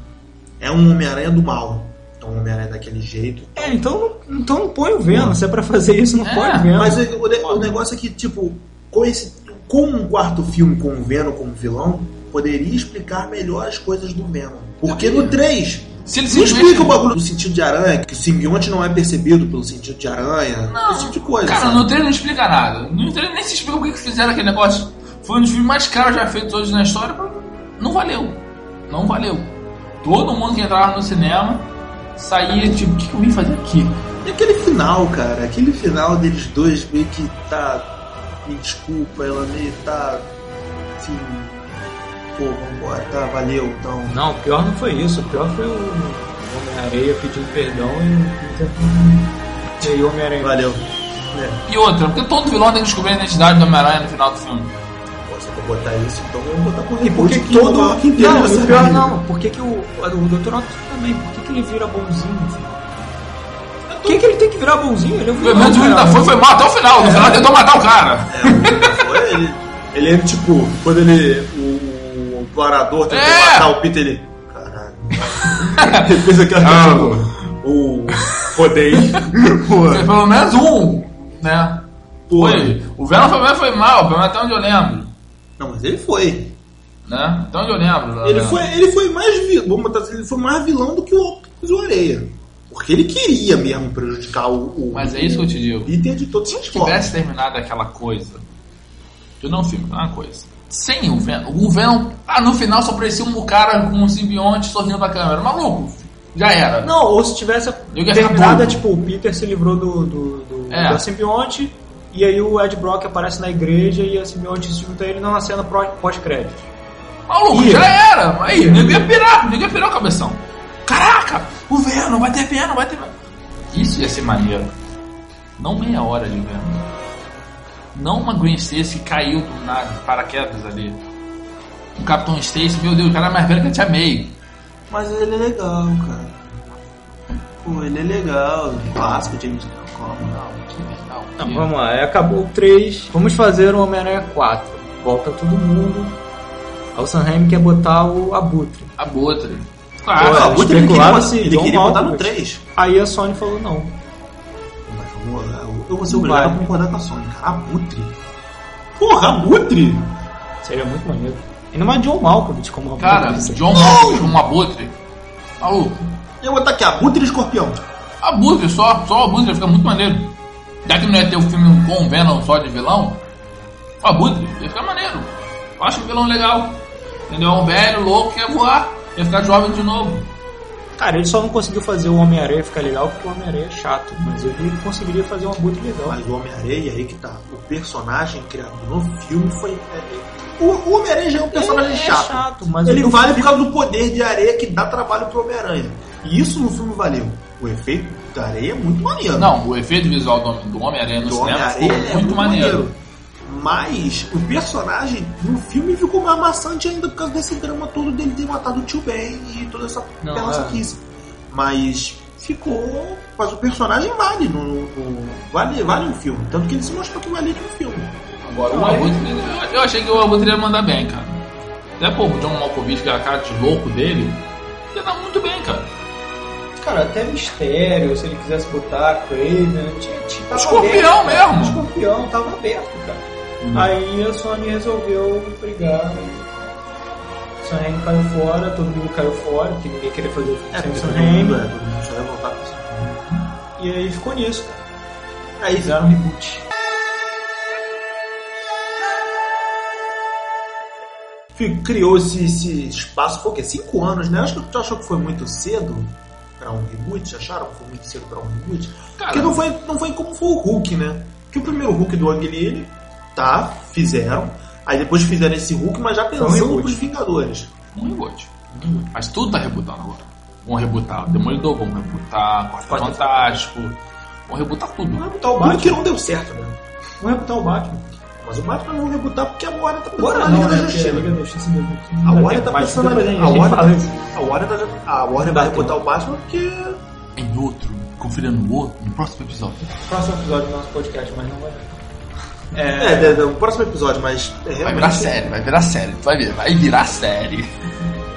B: É um Homem-Aranha do mal. É um Homem-Aranha daquele jeito.
C: É, então, então não põe o Venom. Se é pra fazer isso, não
A: É,
C: põe o Venom.
B: Mas o, o ne- o negócio é que, tipo, com, esse, com um quarto filme com o Venom como vilão, poderia explicar melhor as coisas do Venom. Porque no 3,
A: Se eles
B: não
A: simplesmente-
B: explica o bagulho do sentido de aranha, que o simbionte não é percebido pelo sentido de aranha, esse tipo de coisa.
A: Cara,
B: sabe?
A: no trailer não explica nada. No trailer nem se explica por que que fizeram aquele negócio. Foi um dos filmes mais caros já feitos hoje na história. mas Não valeu. Não valeu. Todo mundo que entrava no cinema saía tipo, o que, que eu vim fazer aqui?
B: E aquele final, cara, aquele final deles dois meio que tá. Me desculpa, ela meio tá. Assim. Pô, vambora, tá, valeu, então.
C: Não, o pior não foi isso. O pior foi o Homem-Areia pedindo perdão e- e. E aí, Homem-Aranha.
B: Valeu.
A: E outra, porque todo vilão tem que descobrir a identidade do Homem-Aranha no final do filme.
B: Pô, se eu vou botar isso, então eu vou botar com
C: E por que,
B: reboot
C: que
B: todo
C: o...
B: inteiro
C: Não,
B: nessa
C: o pior
B: merda.
C: não. Por que, que o, o Dr. Octopus também? Por que, que ele vira bonzinho? no final? Por que, que ele tem que virar bonzinho? Ele é um
A: Pelo menos o
C: cara.
A: William Dafoe foi mal até o final. No final tentou matar o cara.
B: É, Foi, ele, ele é tipo, quando ele. O, o explorador tentou
A: É!
B: matar o Peter, ele. Caralho. Ele fez aquela
A: Ah.
B: coisa tipo. O. Rodei. Pô,
A: Pelo menos um, né?
B: pô.
A: Foi. O Venom foi, foi mal, pelo menos até onde eu lembro.
B: Não, mas ele foi.
A: Né? Até onde eu lembro.
B: Ele
A: né?
B: foi, ele foi mais vilão. Vamos botar assim, ele foi mais vilão do que o Octopus e o Areia. Porque ele queria mesmo prejudicar o. o
A: Mas é isso que eu te digo.
B: o Peter de todos os
A: Se tivesse terminado aquela coisa. Eu não filme, é uma coisa. Sem o Venom. O Venom, ah, no final só parecia um cara com um simbionte sorrindo pra câmera. Maluco, já era.
C: Não, ou se tivesse
A: Eu ia ficar
C: terminado,
A: doido.
C: é tipo, o Peter se livrou do, do, do,
A: É.
C: da simbionte e aí o Ed Brock aparece na igreja e a simbionte se junta a ele numa cena pró- pós-crédito.
A: Maluco,
C: Ih.
A: já era. Aí, o nego ia pirar, o nego ia pirar o cabeção. Caraca, o Venom, vai ter Venom, vai ter Venom. Isso ia ser maneiro. Não meia hora de Venom. Não uma Gwen Stacy que caiu do nada, de paraquedas ali. Um Capitão Stacy, meu Deus, o cara é mais velho que eu te amei.
B: Mas ele é legal, cara. Pô, ele é legal. Clássico James Cameron.
A: Não, que legal.
C: Não, vamos lá, é, acabou o 3. Vamos fazer o Homem-Aranha 4. Volta todo mundo. Aí o Sam Raimi quer botar o Abutre.
A: Abutre.
C: Pô,
A: Claro.
C: é.
B: Abutre, ele queria,
C: especulava
B: botar-
C: se
B: ele
C: John
B: queria botar no
C: Malkovich.
B: 3.
C: Aí a Sony falou: não.
B: Mas eu vou, eu- eu vou ser
C: Não
B: obrigado
C: vai.
B: a concordar com a Sony, cara. Abutre. Porra, Abutre?
C: Seria muito maneiro. Ainda mais John Malkovich como Abutre.
A: Cara,
C: isso aí.
A: John Malkovich como Abutre. Maluco.
B: Eu vou botar aqui, Abutre e Escorpião.
A: Abutre só, só o Abutre fica muito maneiro. Já que não ia ter o filme com o Venom só de vilão, o Abutre ia ficar maneiro. Eu acho um vilão legal. Entendeu? Um velho louco que ia voar, ia ficar jovem de novo.
C: Cara, ele só não conseguiu fazer o Homem-Aranha ficar legal porque o Homem-Aranha é chato. Mas ele conseguiria fazer um Abutre legal.
B: Mas o Homem-Areia aí que tá. O personagem criado no filme foi. é, é- o o Homem-Aranha já é um personagem
C: Ele é
B: chato.
C: mas
B: Ele
C: não
B: vale por causa do poder de areia que dá trabalho pro Homem-Aranha. E isso no filme valeu. O efeito da areia é muito maneiro.
A: Não, o efeito visual do, do Homem-Aranha no
B: do
A: cinema
B: Homem-Aranha
A: ficou
B: é
A: muito, maneiro.
B: Mas o personagem no filme ficou mais amassante ainda por causa desse drama todo dele ter matado o tio Ben e toda essa
C: Não,
B: pela
C: é.
B: saquice. Mas ficou. Mas o personagem vale no, no- no- vale, vale o filme. Tanto que ele se mostrou que valia no filme.
A: Agora o Abutre. Eu achei que o Abutre ia mandar bem, cara. Até pô, o John Malkovich, que era a cara de louco dele, ia dar muito bem, cara.
C: Cara, até mistério, se ele quisesse botar Craven, tinha, tinha, tava
A: Escorpião
C: aberto,
A: mesmo.
C: Escorpião, tava aberto, cara.
B: Hum.
C: Aí a Sony resolveu brigar. Sam caiu fora, todo mundo caiu fora, porque ninguém queria fazer o filme
B: É,
C: sem
B: porque
C: Sam
B: todo mundo,
C: Raimi.
B: é, todo mundo só vai voltar com isso.
C: E aí ficou nisso, cara.
B: Aí
C: Fizeram um reboot.
B: fi- criou esse, esse espaço, foi o quê? Cinco anos, né? Acho que tu achou que foi muito cedo pra um reboot? Acharam que foi muito cedo pra um reboot?
A: Cara,
B: Porque não foi, não foi como foi o Hulk, né? Porque o primeiro Hulk do Ang Lee, ele, tá, fizeram. Aí depois fizeram esse Hulk, mas já pensando
C: reboot.
B: nos Vingadores.
A: um reboot. Mas tudo tá rebutando agora. Vão rebutar o Demolidor, vão rebutar Quarto
B: Quarteto
A: Fantástico, vão rebutar
B: Não
A: tudo.
B: é botar o Batman. que não deu certo, né?
C: Vamos rebutar o Batman.
B: Mas o Batman não rebutar porque a Warner tá
C: Agora
B: pensando na Liga da
C: né? porque a
B: Justiça.
C: Liga da Justiça em 2015
B: A
C: vai
B: Warner
C: ter-
B: tá
C: vai
B: pensando na
C: ter-
B: Liga
C: a
B: da
C: gente fala isso.
B: Justiça. A Warner tá- A Warner vai
C: Batman.
B: rebutar o Batman porque...
A: Em outro, confira no outro, no próximo episódio.
C: Próximo episódio do nosso podcast, mas não vai ter.
B: É, é, é, o próximo episódio, mas é
A: Vai virar
B: realmente...
A: série, vai virar série, tu vai ver, vai virar série.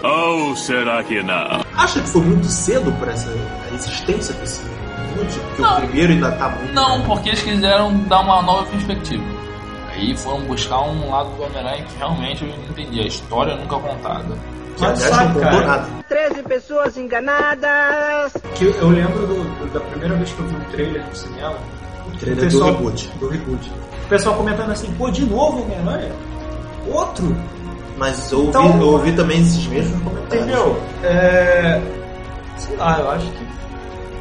G: Ou será que não?
B: Acha que foi muito cedo pra essa a existência desse reboot? Porque o primeiro ainda tá muito...
A: Não, porque eles quiseram dar uma nova perspectiva. Aí foram buscar um lado do Homem-Aranha que realmente eu não entendi, a história é nunca contada.
B: Que, aliás, não contou
C: cara.
B: nada.
D: 13 pessoas enganadas.
C: Que eu lembro do- da primeira vez que eu vi um trailer no cinema.
B: O trailer do reboot.
C: do reboot. O pessoal comentando assim, pô, de novo Homem-Aranha? Outro?
B: Mas eu ouvi,
C: Então-
B: eu ouvi também esses mesmos comentários.
C: Entendeu? É... Sei lá, eu acho que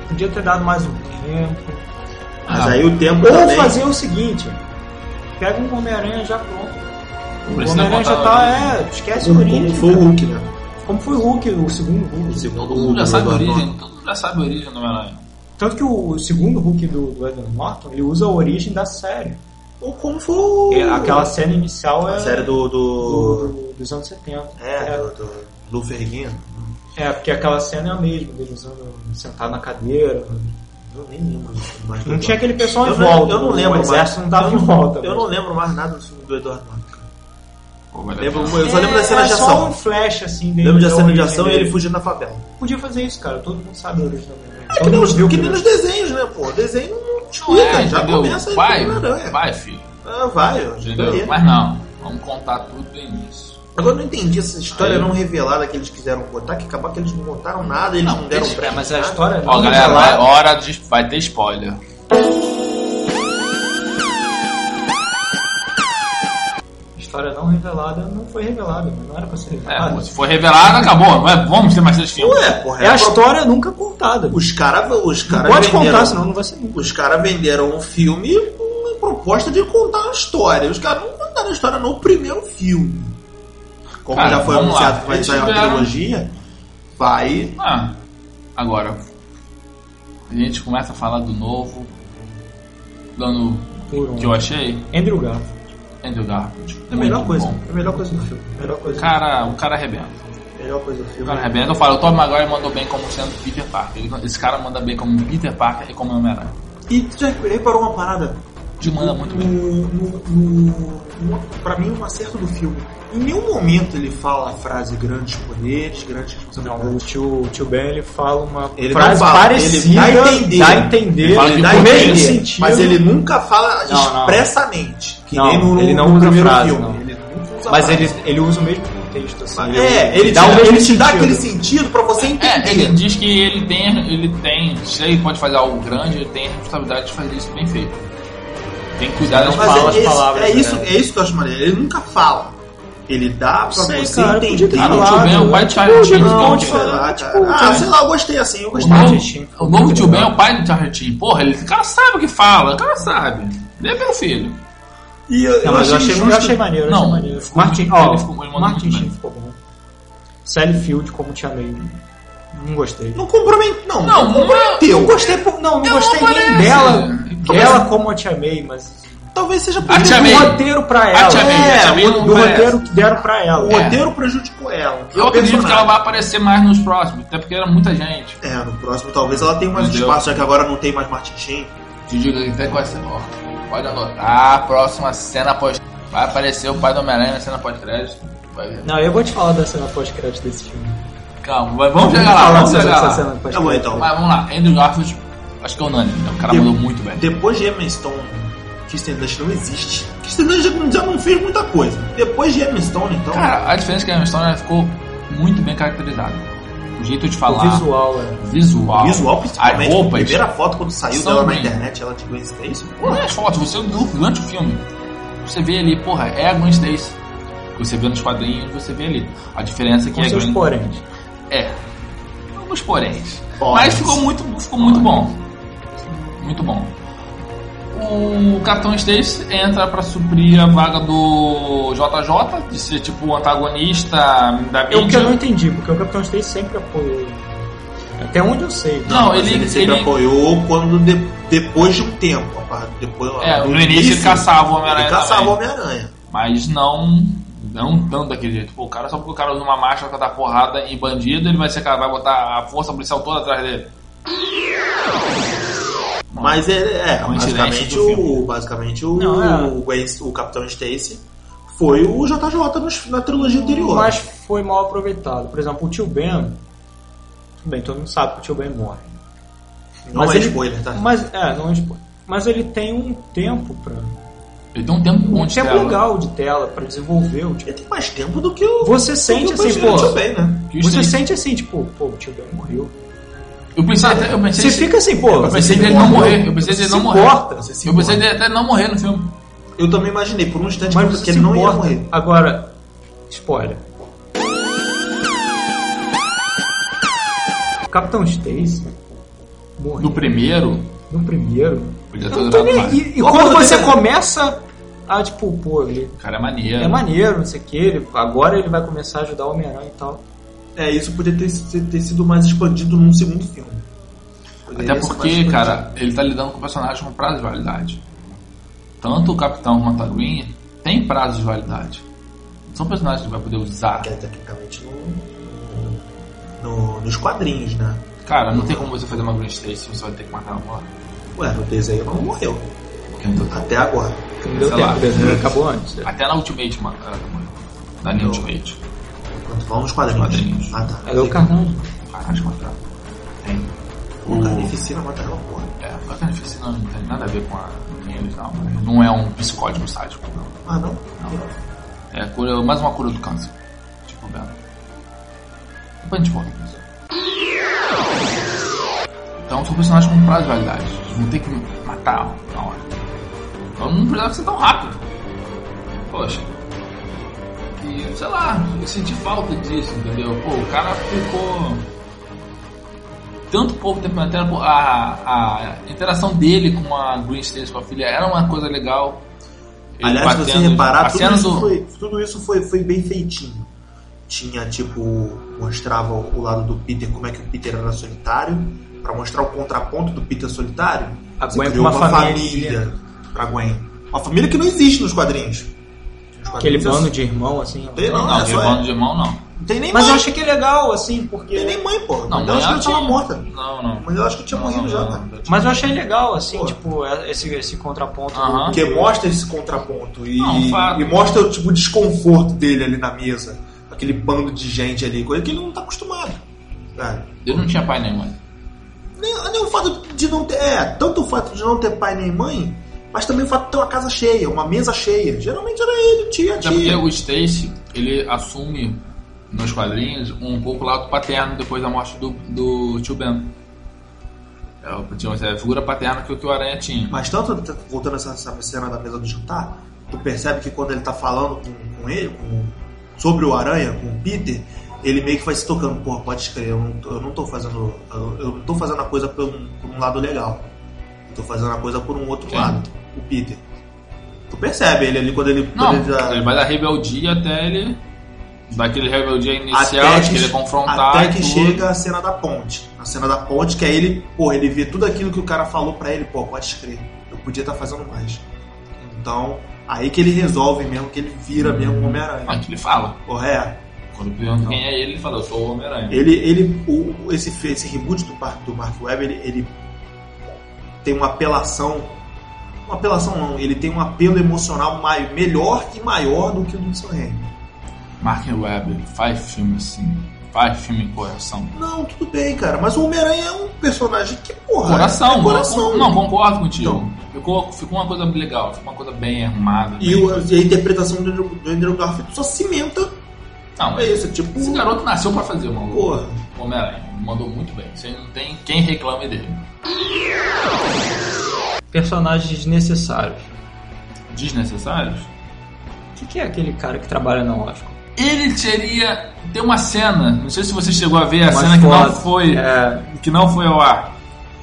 C: podia ter dado mais um tempo.
B: Mas
A: Ah,
B: aí o tempo
C: Ou
B: também...
C: fazer o seguinte, pega um Homem-Aranha já pronto.
A: não
C: O
A: Ah, precisa
C: Homem-Aranha já
A: contar
C: tá,
A: nada.
C: é, esquece o
B: né? Como, como
C: origem.
B: foi o
C: cara.
B: um Hulk, né?
C: Como foi o Hulk, o segundo Hulk.
B: O segundo
A: Todo mundo já
B: Hulk,
A: sabe a
B: né?
A: origem, todo mundo já sabe a origem do Homem-Aranha.
C: Tanto que o segundo Hulk do, do Edward Norton, ele usa a origem da série.
B: Ou como foi o...
C: É, aquela cena inicial é
B: A série do... do...
C: do- dos anos 70.
B: É, do, do Lu Ferrigno.
C: É, porque aquela cena é a mesma, dele usando, sentado na cadeira.
B: Eu nem lembro do filme mais do
C: Não tinha aquele pessoal em
B: Eu não-
C: volta.
B: eu não
C: o
B: lembro
C: exército
B: mais.
C: não tava
B: Eu
C: em
B: não-
C: volta.
B: Eu não lembro mais nada do filme do Eduardo Norton. cara.
A: Pô, vai dar
B: Lembro-
A: tempo.
B: Eu só lembro da cena
C: é
B: de
C: Só um
B: ação.
C: flash, assim, dele.
B: Lembro da cena de
C: origem
B: ação e
C: dele.
B: ele fugindo da favela.
C: Podia fazer isso, cara. Todo mundo sabe a origem da Homem-Aranha.
B: É que
C: Todo
B: nem,
C: mundo
B: os,
C: viu
B: que
C: o
B: nem
C: primeiro.
B: nos desenhos, né, pô? Desenho não te
A: Não
B: explica,
A: é,
B: já
A: entendeu?
B: começa aí
A: Vai,
B: com Homem-Aranha.
A: vai, filho.
B: Ah, vai, ó, já tá
A: Entendeu?
B: aí.
A: Mas não, vamos contar tudo bem nisso.
B: Agora eu não entendi essa história
A: Aí.
B: não revelada que eles quiseram botar, que acabar que eles não botaram nada, eles não, é- deram
A: eles-
B: pré.
C: é, Mas a história...
A: Ó, galera, vai, hora de. Vai ter spoiler.
C: A história não revelada não foi revelada. mas Não era pra ser
A: É,
C: revelada.
A: pô, se for revelado, acabou. Não é, vamos ter mais três filmes.
B: Ué, porra,
C: É a
B: pro-
C: história nunca contada.
B: Os caras os cara
C: Pode
B: venderam-
C: contar, senão não vai ser nunca.
B: Os caras venderam um filme com uma proposta de contar uma história. Os caras não contaram a história no primeiro filme. Como
A: Cara,
B: já foi
A: vamos
B: anunciado
A: lá.
B: que vai
A: Eles
B: sair uma
A: tiveram-
B: trilogia, vai.
A: Ah, agora. A gente começa a falar do novo. Dando
C: Por
A: o
C: um.
A: que eu achei.
C: Andrew Garfield.
A: Andrew Garfield.
B: É a melhor
A: Muito
B: coisa.
A: bom.
B: É a melhor coisa do filme. Melhor
A: O
B: coisa,
A: cara, o cara arrebenta.
B: melhor coisa do
A: O
B: filme.
A: cara arrebenta. Eu falo, o Tom Maguire mandou bem como sendo Peter Parker. Ele- Esse cara manda bem como Peter Parker e como Homem-Aranha.
B: E tu já reparou uma parada?
A: Ele manda muito
B: no,
A: bem.
B: no, no- no- pra mim, um acerto do filme. Em nenhum momento ele fala a frase grandes poderes, grandes
C: Não, o
B: responsabilidades.
C: tio, o tio Ben ele fala uma
B: Ele
C: frase
B: não fala, ele
C: parecida,
B: dá a entender.
C: dá a entender,
A: Ele fala que
C: dá
A: o
C: o
A: Ben-
C: mesmo sentido.
B: mas ele nunca fala
C: Não, não.
B: expressamente. Que
C: Não,
B: nem no,
C: ele não
B: no
C: usa
B: primeiro
C: frase,
B: filme.
C: não.
B: Ele nunca usa
C: Mas
B: frase.
C: ele, ele usa o mesmo contexto, assim.
B: É, ele,
C: dá
B: te,
C: o mesmo
B: ele te dá
C: sentido.
B: aquele sentido pra você
A: É,
B: entender.
A: ele diz que ele tem, ele tem, se ele pode fazer algo grande, ele tem a responsabilidade de fazer isso bem feito. Tem que cuidar das
B: Mas
A: palavras.
B: é, esse-
C: palavras,
B: é isso,
C: né?
B: é isso que eu acho maneiro. Ele nunca fala. Ele dá pra
C: Sei,
B: você
C: cara, podia
B: entender.
C: ter
A: Ah, não,
C: falado. né?
A: tio Ben é o pai de Charlie Sheen,
B: Não,
A: então,
B: sei
A: tipo,
B: lá,
C: tipo,
B: cara. ah,
C: cara.
B: sei lá, eu gostei assim, eu
A: O
B: gostei.
C: Charlie
A: novo,
C: Sheen.
A: o novo tio Ben é o pai do Charlie Sheen. Porra, ele, o cara sabe o que fala, o cara sabe. Ele é meu filho.
B: E eu,
C: Não, mas eu achei, eu
B: justo-
C: achei maneiro, eu
A: Não,
C: achei maneiro.
A: ficou
C: Martin,
A: muito-
C: ó,
A: ele ficou- ele mandou
C: Martin
A: muito
C: Sheen
A: bem.
C: ficou bom. Sally Field, como te amei. Não gostei.
B: Não comprometeu. Não,
A: Não,
B: não comprometeu.
C: Não gostei, por- não, não
A: Eu
C: gostei
A: não
C: nem
A: parece.
C: dela. Dela como eu te amei, mas.
B: Talvez seja por
A: Ah, te
C: do
A: amei.
C: roteiro pra ela.
A: Ah, te amei,
B: é,
A: te amei,
B: o-
A: não
C: do
A: parece.
C: roteiro que deram pra ela.
B: o
A: É.
B: roteiro prejudicou ela.
A: Eu
B: o
A: acredito que ela
B: personagem.
A: vai aparecer mais nos próximos, até porque era muita gente.
B: É, no próximo talvez ela tenha mais
A: Entendeu?
B: espaço, já que agora não tem mais Martin Sheen.
A: Te digo até que vai ser morta. Pode anotar, próxima cena após Vai aparecer o pai do Homem-Aranha na cena pós-crédito. Vai ver.
C: Não, eu vou te falar da cena pós-crédito desse filme.
A: Calma, vai- vamos chegar lá, vamos chegar
C: dessa
A: lá.
C: cena
B: Tá bom,
C: pós-crédito.
B: então.
A: Mas vamos lá, Andrew Garfield, acho que é unânime, né? O cara
B: Eu-
A: mudou muito bem.
B: Depois de Emerson, Kristen Dunst não existe. Kristen Dunst já- já não fez muita coisa. Depois de Emerson, então.
A: Cara, a diferença é que a Emma Stone ela ficou muito bem caracterizada. O jeito de
C: O
A: falar,
C: visual, é.
A: visual,
B: o visual,
A: as
B: principalmente, a
A: roupas.
B: primeira foto quando saiu
A: são
B: dela na
A: bem.
B: internet, ela tipo, isso é isso? Pô,
A: Não é as fotos, você durante o filme. Você vê ali, porra, é a Gwen Stacy. Que Você vê nos quadrinhos, você vê ali. A diferença é que
C: Com
A: é a
C: seus
A: Gwen...
C: poréns.
A: É. Alguns poréns.
B: Poréns.
A: Mas ficou muito, ficou muito bom. Muito bom. O Capitão Stacy entra pra suprir a vaga do JJ, de ser tipo o antagonista da
C: Eu que eu não
A: mídia.
C: entendi, porque o Capitão Stacy sempre apoiou. Até onde eu sei. né?
A: Não,
B: mas
A: ele-
B: ele sempre
A: ele-
B: apoiou quando de- depois de um tempo. a par- Depois,
A: É, no início ele caçava o Homem-Aranha.
B: Ele caçava o
A: também.
B: Homem-Aranha.
A: Mas não. Não tanto daquele jeito. Pô, o cara só porque o cara usa uma marcha pra dar porrada em bandido, ele vai ser cara, vai botar a força policial toda atrás dele.
B: Mas é, é,
A: um incidente
B: basicamente,
A: do filme.
B: o, basicamente o,
C: Não, é.
B: o Gwen- o Capitão Stacy foi o JJ nos- na trilogia
A: é
B: anterior.
C: Mas foi mal aproveitado. Por exemplo, o tio Ben. Tudo bem, todo mundo sabe que o tio Ben morre.
B: não
C: mas
B: é
C: ele-
B: spoiler, tá?
C: Mas, é, não é spoiler. Mas ele tem um tempo pra.
A: Ele tem um tempo bom
C: Um
A: de
B: é
C: tempo
A: tela.
C: legal de tela pra desenvolver o tio
B: Ele tem mais tempo do que o.
C: Você
B: do
C: sente
B: que o
C: assim,
B: Bandeira
C: pô.
B: também, né?
A: Que o
C: Você
A: Stacy-
C: sente assim, tipo, pô, o tio Ben morreu.
A: Eu pensei
B: Ah,
A: até. Eu pensei
C: Você fica assim, pô.
A: Eu pensei
C: você
A: dele não morrer. Eu pensei
C: Você
A: dele
C: se
A: não morrer.
C: importa, você se
A: Eu pensei
C: importa.
A: dele até não morrer no filme.
B: Eu também imaginei por um instante
C: Mas
B: que
C: você
B: ele
C: se
B: não ia
C: importa.
B: morrer.
C: Agora, spoiler. O Capitão Stacy morreu
A: No primeiro,
C: no primeiro.
A: podia
C: Eu
A: ter
C: não tô
A: durado
C: nem
A: mais.
C: aí. E quando você começa a, tipo, pô, ele
A: O cara é maneiro.
C: é maneiro, não sei o que, ele, agora ele vai começar a ajudar o Homem-Aranha e tal.
B: É, isso podia ter, se- ter sido mais expandido num segundo filme. Poderia
A: Até
B: ser
A: porque,
B: mais expandido.
A: cara, ele tá lidando com personagens com prazo de validade. Tanto o Capitão quanto a Gwen tem prazo de validade. São personagens que vai poder usar.
B: Que é tecnicamente no- no- nos quadrinhos, né?
A: Cara, não tem como você fazer uma Gwen Stacy se você vai ter que matar uma bola.
B: Ué, o desenho não morreu. Até agora.
C: Que não deu
A: Sei lá.
C: tempo, o desenho acabou antes. né?
A: Até na Ultimate, mano. Cara, tá morrendo. Na New Ultimate.
B: Quando vamos nos quadrinhos.
A: Quadrinhos.
B: Ah, tá.
C: Ela é o Carnage.
A: Caralho, matar. Tem.
B: O Carnificina mata aquela tá porra.
A: É, o Carnificina não tem nada a ver com a Gwen, não. Ele Não é um psicótico sádico, não.
B: Ah, não?
A: É, cura, mais uma cura do câncer. Tipo, bela. Depois a gente volta com isso. Então são personagens com prazo de validade. Eles vão ter que matar na hora. Então não precisava ser tão rápido. Poxa. E sei lá, eu senti falta disso, entendeu? Pô, o cara ficou. Tanto pouco tempo na tela, pô, a, a interação dele com a Green Stage, com a filha, era uma coisa legal. Ele
B: Aliás, se você
A: batendo- a
B: reparar,
A: cena
B: tudo isso,
A: do-
B: foi, tudo isso foi, foi bem feitinho. Tinha, tipo, mostrava o lado do Peter, como é que o Peter era solitário, pra mostrar o contraponto do Peter solitário.
C: A
B: você
C: Gwen
B: criou
C: com uma família.
B: pra Gwen. Uma família que não existe nos quadrinhos. Nos
C: Aquele
B: quadrinhos é só-
C: bando de irmão, assim.
B: Tem, não,
A: Não,
B: é
A: de
B: só-
A: irmão de irmão não.
B: não tem nem
C: Mas eu
B: mãe.
C: achei que é legal, assim,
B: Não tem
C: porque.
B: nem mãe, porra.
A: Não,
B: Não, eu acho que ela
A: tinha-
B: tava morta.
A: Não, não.
B: Mas eu acho que eu tinha
A: Não,
B: morrido
A: não,
B: já,
A: não.
B: cara.
C: Mas eu achei legal, assim,
B: Pô.
C: tipo, é- esse, esse contraponto.
A: Aham.
C: do-
B: Porque mostra esse contraponto e,
A: Não, um fato.
B: e mostra o tipo desconforto dele ali na mesa. Aquele bando de gente ali, coisa que ele não tá acostumado. Cara,
A: Ele não tinha pai nem mãe.
B: nem, nem o fato de não ter. É, tanto o fato de não ter pai nem mãe, mas também o fato de ter uma casa cheia, uma mesa cheia. Geralmente era ele, tia,
A: Até porque
B: tia.
A: o Stacy, ele assume nos quadrinhos um pouco o lado paterno depois da morte do, do tio Ben. É o- tinha- é a figura paterna que, o- que o Aranha tinha.
B: Mas tanto, t- voltando essa, essa cena da mesa do jantar, tu percebe que quando ele tá falando com, com ele, com- sobre o Aranha, com o Peter, ele meio que vai se tocando, porra, pode escrever, eu não, tô- eu não tô fazendo. Eu, eu não tô fazendo a coisa por um, por um lado legal. Eu tô fazendo a coisa por um outro
A: Sim.
B: lado, o Peter. Tu percebe ele ali quando ele.
A: Não,
B: quando ele já-
A: ele vai da rebeldia até ele. Daquele rebeldia inicial,
B: até
A: de que ele é confrontado.
B: até que
A: tudo.
B: chega a cena da ponte. A cena da ponte, que aí ele, porra, ele vê tudo aquilo que o cara falou pra ele, pô, pode escrever, eu podia estar fazendo mais. Então, aí que ele resolve mesmo, que ele vira mesmo o
A: Não,
B: Homem-Aranha.
A: que ele fala.
B: Porra, é.
A: Quando pergunta quem é ele, ele fala, eu sou o Homem-Aranha.
B: Ele, ele, o, o- esse, esse reboot do, Par- do Mark Webb, ele, ele tem uma apelação, uma uma apelação não, ele tem um apelo emocional mai- melhor e maior do que o do Sam Raimi.
A: Mark Webber, faz filme assim. Faz filme em coração.
B: Não, tudo bem, cara, mas o Homem-Aranha é um personagem que, porra,
A: Coração,
B: é
A: mano.
B: coração.
A: Não, concordo contigo.
B: Então.
A: Ficou, ficou uma coisa legal, ficou uma coisa bem arrumada.
B: E, o- e a interpretação do Andrew, do Andrew Garfield só cimenta
A: Não,
B: é isso, tipo,
A: esse garoto nasceu pra fazer, maluco.
B: porra.
A: Homem-Aranha, mandou muito bem. Você não tem quem reclame dele.
C: Personagens desnecessários.
A: Desnecessários?
C: O que, que é aquele cara que trabalha na Oscar?
A: Ele teria. Tem uma cena, não sei se você chegou a ver a
C: Uma
A: cena que não
C: foto,
A: foi.
C: é,
A: Que não foi ao ar.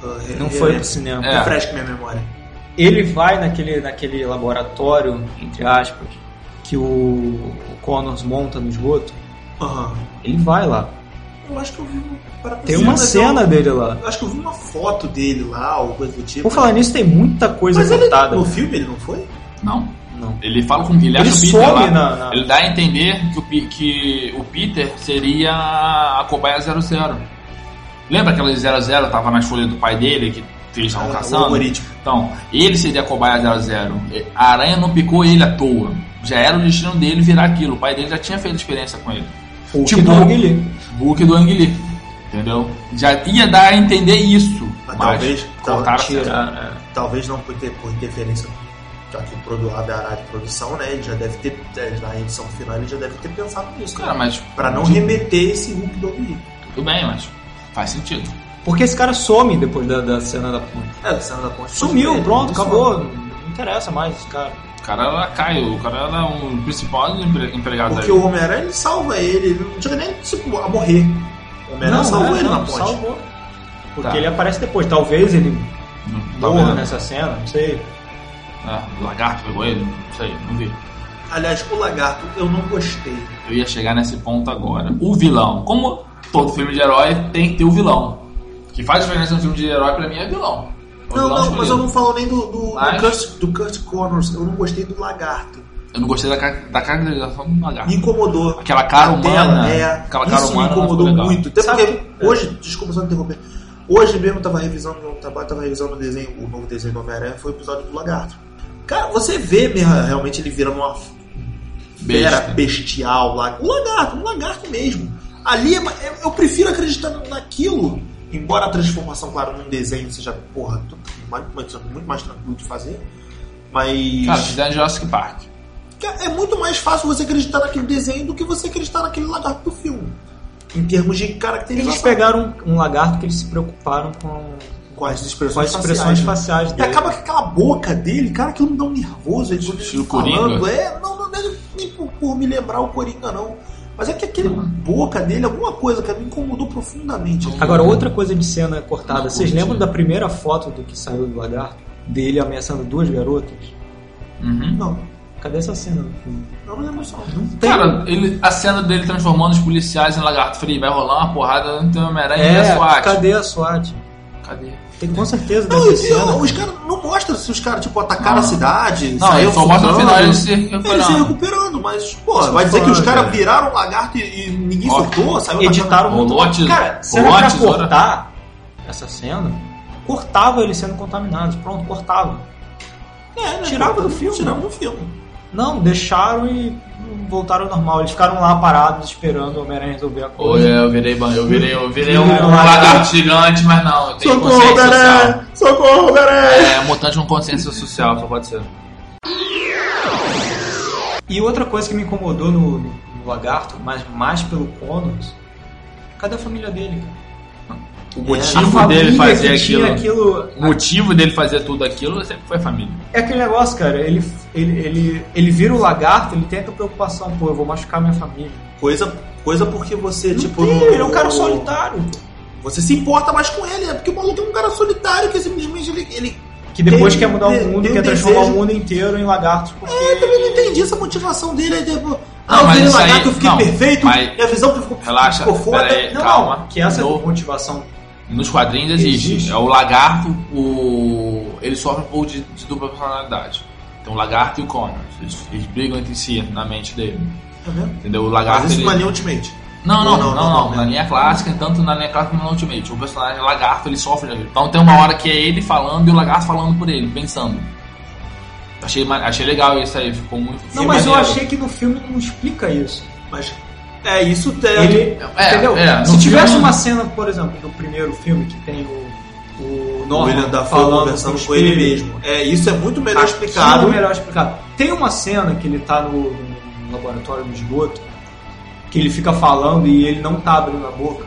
B: Ah,
C: não
B: é-
C: foi
B: é-
C: pro cinema.
A: É.
B: Refresca minha memória.
C: Ele vai naquele, naquele laboratório, entre aspas, que o, o Connors monta no esgoto.
B: Aham.
C: Ele vai lá.
B: Eu acho que eu vi uma parada
C: Tem
B: assim,
C: uma
B: mas eu-
C: cena dele lá.
B: Eu acho que eu vi uma foto dele lá, ou coisa do tipo.
C: Por falar nisso, tem muita coisa
B: mas ele,
C: cortada.
B: no filme ele não foi?
A: Não.
C: Não.
A: Ele fala com o Guilherme
C: Ele
A: Peter
C: some
A: lá.
C: na- na-
A: Ele dá a entender que o, Pi- que o Peter seria a cobaia 00. Lembra aquela 00 tava nas folhas do pai dele que eles
C: Tá
A: estavam
B: Ah,
A: caçando?
B: O algoritmo.
A: Então, ele seria a cobaia 00. A aranha não picou ele à toa. Já era o destino dele virar aquilo. O pai dele já tinha feito experiência com ele.
C: O
A: Tipo-
C: que do Anguilhe.
A: Book do Ang Lee. Entendeu? Já ia dar a entender isso. Mas,
B: Mas talvez-
A: cortaram
B: talvez-
A: essa-
C: Tirar, né?
B: Talvez não por, ter, por interferência, já que o produ- a da área de produção, né? Ele já deve ter, eh, na edição final, ele já deve ter pensado nisso,
A: Cara,
B: cara.
A: mas.
B: Pra não
A: tudo-
B: remeter esse Hulk do Homem.
A: Tudo bem, mas. Faz sentido.
C: Porque esse cara some depois da, da cena da ponte.
B: É, da cena da ponte.
C: Sumiu,
B: Ele-
C: pronto,
B: ele some.
C: acabou. Não interessa mais esse cara.
A: O cara era Caio, o cara era um principal empre- empregado
B: Porque o Homem-Aranha ele salva ele, ele não chega nem tipo, a morrer. O Homem-Aranha salvou
C: né?
B: ele na
C: Não,
B: ponte.
C: Salvou. Porque
A: Tá.
C: ele aparece depois. Talvez ele
A: Não, tá
C: morra
B: né?
A: vendo?
C: nessa cena, não sei.
A: É, o lagarto pegou ele, não sei, não vi.
B: Aliás, o lagarto eu não gostei.
A: Eu ia chegar nesse ponto agora. O vilão. Como todo filme de herói tem que ter o vilão. O que faz diferença no filme de herói pra mim é vilão. É o
B: Não,
A: vilão
B: não, mas eu
A: escolhido.
B: não falo nem do, do,
A: Mas-
B: do, Kurt, do Kurt Connors. Eu não gostei do lagarto.
A: Eu não gostei da, ca- da caracterização do lagarto.
B: Me incomodou.
A: Aquela cara
B: A tela,
A: humana.
B: é,
A: né? aquela
B: isso
A: cara humana
B: me
A: não ficou
B: incomodou
A: legal. É.
B: muito. Até
C: Sabe-
B: porque hoje, desculpa só interromper. Hoje mesmo eu tava revisando meu trabalho, tava revisando o desenho, o novo desenho do Homem-Aranha, foi o episódio do Lagarto. Cara, você vê mesmo, realmente ele virando uma fera
A: Besta.
B: bestial lá. Um lagarto, um lagarto mesmo. Ali é ma- é- eu prefiro acreditar naquilo. Embora a transformação, claro, num desenho seja, porra, tudo é mais- muito, muito mais tranquilo de fazer. Mas.
A: Cara, fizeram Jurassic Park.
B: Cara, É muito mais fácil você acreditar naquele desenho do que você acreditar naquele lagarto do filme. Em termos de
C: Eles
B: caracterização.
C: pegaram um lagarto que eles se preocuparam com,
B: com as
C: com as
B: expressões, faciais.
C: expressões faciais
B: né?
C: dele.
B: E acaba que aquela boca dele, cara, que eu me dá um nervoso. Ele quando
A: Estilo
B: ele tá falando,
A: Coringa.
B: é, não, não é nem por, por me lembrar o Coringa, não. Mas é que aquele boca dele, alguma coisa, cara, me incomodou profundamente.
C: Agora, outra coisa de cena cortada.
A: Não
C: Vocês
A: curti.
B: né?
C: lembram da primeira foto do que saiu do lagarto? Dele ameaçando duas garotas?
A: Uhum.
B: Não,
C: Cadê essa cena do filme?
B: não é me lembro só. um-
A: Cara, ele, a cena dele transformando os policiais em lagarto frio, vai rolar uma porrada no Homem-Aranha
B: É,
A: e a SWAT.
C: É, cadê a SWAT?
A: Cadê?
C: Tem com certeza
B: Não,
C: dessa
B: e pior,
C: cena.
B: os caras não mostram se os caras, tipo, atacaram
A: Não.
B: a cidade.
A: Não,
B: saíram
A: ele só mostra no
B: fugando.
A: final ele se
B: Eles se
A: recuperando.
B: recuperando, mas, pô, vai dizer que os caras viraram um lagarto e, e ninguém
A: Ó,
B: soltou, saiu
C: Editaram
A: Rolou
C: muito.
A: a tesoura.
C: Cara,
A: Rolou a
C: será que pra
A: tesoura.
C: cortar essa cena? Cortava eles sendo contaminados. Pronto, cortava.
B: É, né,
C: Tirava
B: pô,
C: do filme.
B: Tirava do filme.
C: Não, deixaram e voltaram ao normal. Eles ficaram lá parados esperando o Homem-Aranha resolver a coisa.
A: Oi, é, eu virei, ban- eu virei, eu virei um,
C: Virei um
A: lagarto
C: lagarto.
A: gigante, mas não, eu tenho consciência social.
B: Socorro, Beren!
A: É, mutante com consciência social, só pode
C: É,
A: ser.
C: E outra coisa que me incomodou no, no Lagarto, mas mais pelo Connors, cadê a família dele? cara?
A: O
C: a
A: motivo
C: família
A: dele fazer
C: que tinha
A: aquilo.
C: aquilo.
A: O motivo dele fazer tudo aquilo sempre foi a família.
C: É aquele negócio, cara. Ele, ele, ele, ele vira o lagarto, ele tem aquela preocupação, pô, eu vou machucar minha família.
B: Coisa, coisa porque você, tipo.
C: Ih,
B: não-
C: ele é um cara solitário.
B: Você se importa mais com ele, né? Porque o maluco é um cara solitário que simplesmente ele. ele...
C: Que depois
B: Tem-
C: quer mudar
B: tem-
C: o mundo,
B: tem um
C: quer transformar
B: desejo.
C: o mundo inteiro em lagartos. Porque...
B: Eu também não entendi essa motivação dele. Aí, tipo, ah,
A: Não, mas
B: eu virei
A: isso aí-
B: lagarto, eu fiquei
A: não,
B: perfeito,
A: mas-
B: e a visão que ficou,
A: Relaxa,
B: ficou foda.
A: pera aí.
C: Não,
A: Calma.
C: não, que essa é
A: No-
C: motivação.
A: Nos quadrinhos existe.
C: Existe.
A: É o lagarto, o. Ele sofre um pouco de, de dupla personalidade. Então o lagarto e o Connors. Eles, eles brigam entre si na mente dele.
B: Tá vendo?
A: Entendeu? O
B: Mas
A: lagarto.
B: isso
A: ele-
B: não é nem Ultimate.
A: Não, não,
B: Não,
A: não,
B: não,
A: não,
B: não,
A: Na linha clássica, tanto na linha clássica como na Ultimate. O personagem Lagarto, ele sofre. Então tem uma hora que é ele falando e o Lagarto falando por ele, pensando. Achei, ma- achei legal isso aí, ficou muito.
C: Não,
B: Sim,
C: mas eu
B: maneiro.
C: achei que no filme não explica isso.
B: Mas é isso tem.
C: Ele,
A: É,
C: entendeu?
A: é, no
C: Se tivesse
A: filme-
C: uma cena, por exemplo, no primeiro filme que tem o, o
B: O
C: Norman
B: William Dafoe
C: falando
B: conversando
C: o
B: com ele
C: espelho,
B: mesmo. É, isso é muito
A: Ah,
B: melhor
C: acho que
B: explicado.
C: é melhor explicado. Tem uma cena que ele tá no, no laboratório do esgoto, que ele fica falando e ele não tá abrindo a boca.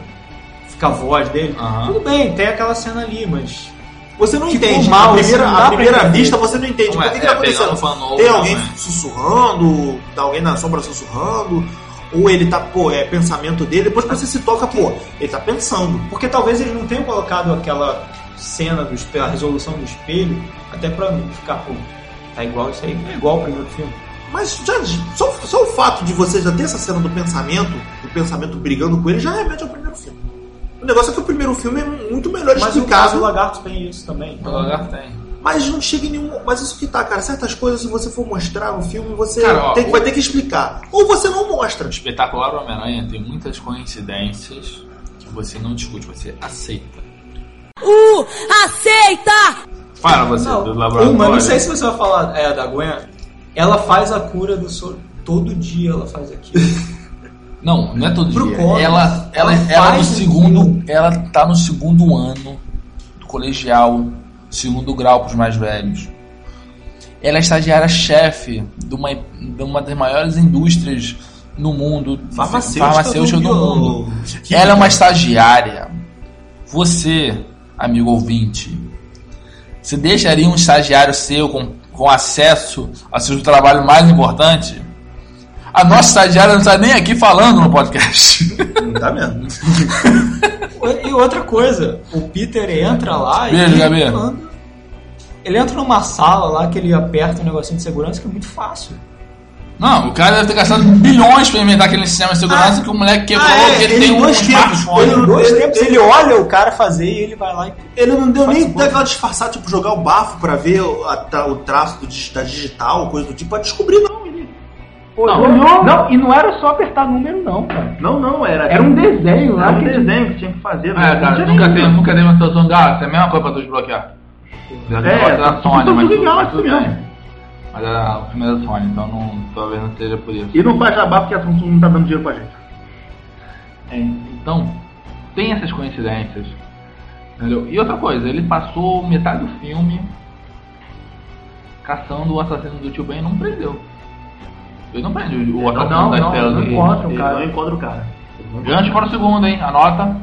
C: Fica a voz dele.
A: Aham.
C: Tudo bem, tem aquela cena ali, mas.
A: um
B: Você não
A: tipo
C: Ficou
B: entende.
C: mal,
B: à primeira,
C: assim, não dá
B: à
C: pra
B: primeira
C: entender.
B: vista você não entende.
A: Não
B: Mas
A: é,
B: o que
A: é,
C: tá
B: está
A: pegar no
B: acontecendo?
A: fã novo
B: Tem
A: não
B: alguém
A: é.
B: sussurrando, tá alguém na sombra sussurrando, ou ele tá, pô, é pensamento dele, depois que você se toca, pô, ele tá pensando.
C: Porque talvez eles não tenham colocado aquela cena do espelho, a resolução do espelho, até pra não ficar, pô, tá igual isso aí, não é igual ao primeiro filme.
B: Mas já, só, só o fato de você já ter essa cena do pensamento, do pensamento brigando com ele, já remete ao primeiro filme. O negócio é que o primeiro filme é muito melhor
C: Mas o
B: explicado,
C: caso do Lagarto tem isso também.
A: O lagarto tem.
B: mas não chega em nenhum. Mas isso que tá, cara, certas coisas, se você for mostrar no filme, você
A: Cara, ó,
B: tem-
A: o-
B: vai ter que explicar. Ou você não mostra.
A: O espetacular Homem-Aranha tem muitas coincidências que você não discute, você aceita.
D: Uh, aceita!
A: Fala você,
C: Não,
A: Assim, do laboratório.
C: Uma, não sei se você vai falar é, da Gwen. Ela faz a cura do soro. Todo dia ela faz aquilo.
A: Não, não é todo
C: Pro
A: dia.
C: Collins.
A: ela, ela,
C: Ela
A: ela,
C: faz
A: no
C: um
A: segundo, ela tá no segundo ano do colegial, segundo grau para os mais velhos. Ela é estagiária-chefe de uma, de uma das maiores indústrias no mundo,
B: Farmacêutica
A: farmacêutica
B: do
A: do mundo.
B: mundo.
A: Ela é uma estagiária. Você, amigo ouvinte, você deixaria um estagiário seu com, com acesso a seu trabalho mais importante? A nossa estagiária não está nem aqui falando no podcast.
B: Não tá mesmo.
C: e outra coisa, o Peter entra lá
A: Beijo,
C: e.
A: Gabi.
C: Ele, ele entra numa sala lá que ele aperta um negocinho de segurança que é muito fácil.
A: Não, o cara deve ter gastado bilhões para inventar aquele sistema de segurança que o moleque quebrou,
B: Ah, é,
A: que ele,
B: ele
A: tem um
B: dois
A: smartphone.
B: tempos,
C: Em
B: Ele-
C: dois
B: ele-
C: tempos
B: ele-
C: ele, olha o cara fazer e ele vai lá e.
B: Ele não deu
C: Faz
B: nem
C: bom.
B: daquela disfarçada, tipo, jogar o bafo pra ver o, a tra- o traço do dig- da digital, coisa do tipo, pra descobrir, não. Ele...
H: Olhou, não, e não era É só apertar número, não, cara.
I: Não, não, era.
H: Era um desenho lá que
I: desenho que tinha que fazer. né?
A: É, cara, nunca teve, nunca teve uma situação de, ah, tem a mesma coisa pra tu desbloquear. Já tem
I: É,
A: negócio da
I: tá
A: Sony,
I: tudo
A: mas,
I: legal,
A: mas tudo
I: tudo
A: bem.
I: bem.
A: Mas era o filme da Sony, então não, talvez não seja por isso.
I: E não faz jabá porque a Samsung não tá dando dinheiro pra gente.
A: É, então, tem essas coincidências. Entendeu? E outra coisa, ele passou metade do filme caçando o assassino do tio Ben e não prendeu. Ele não prende o o assassino
H: não,
A: das
H: não,
A: telas
H: não
A: dele.
H: encontra o
I: Não
H: cara.
I: encontra o cara.
A: Gancho para o segundo, hein? Anota.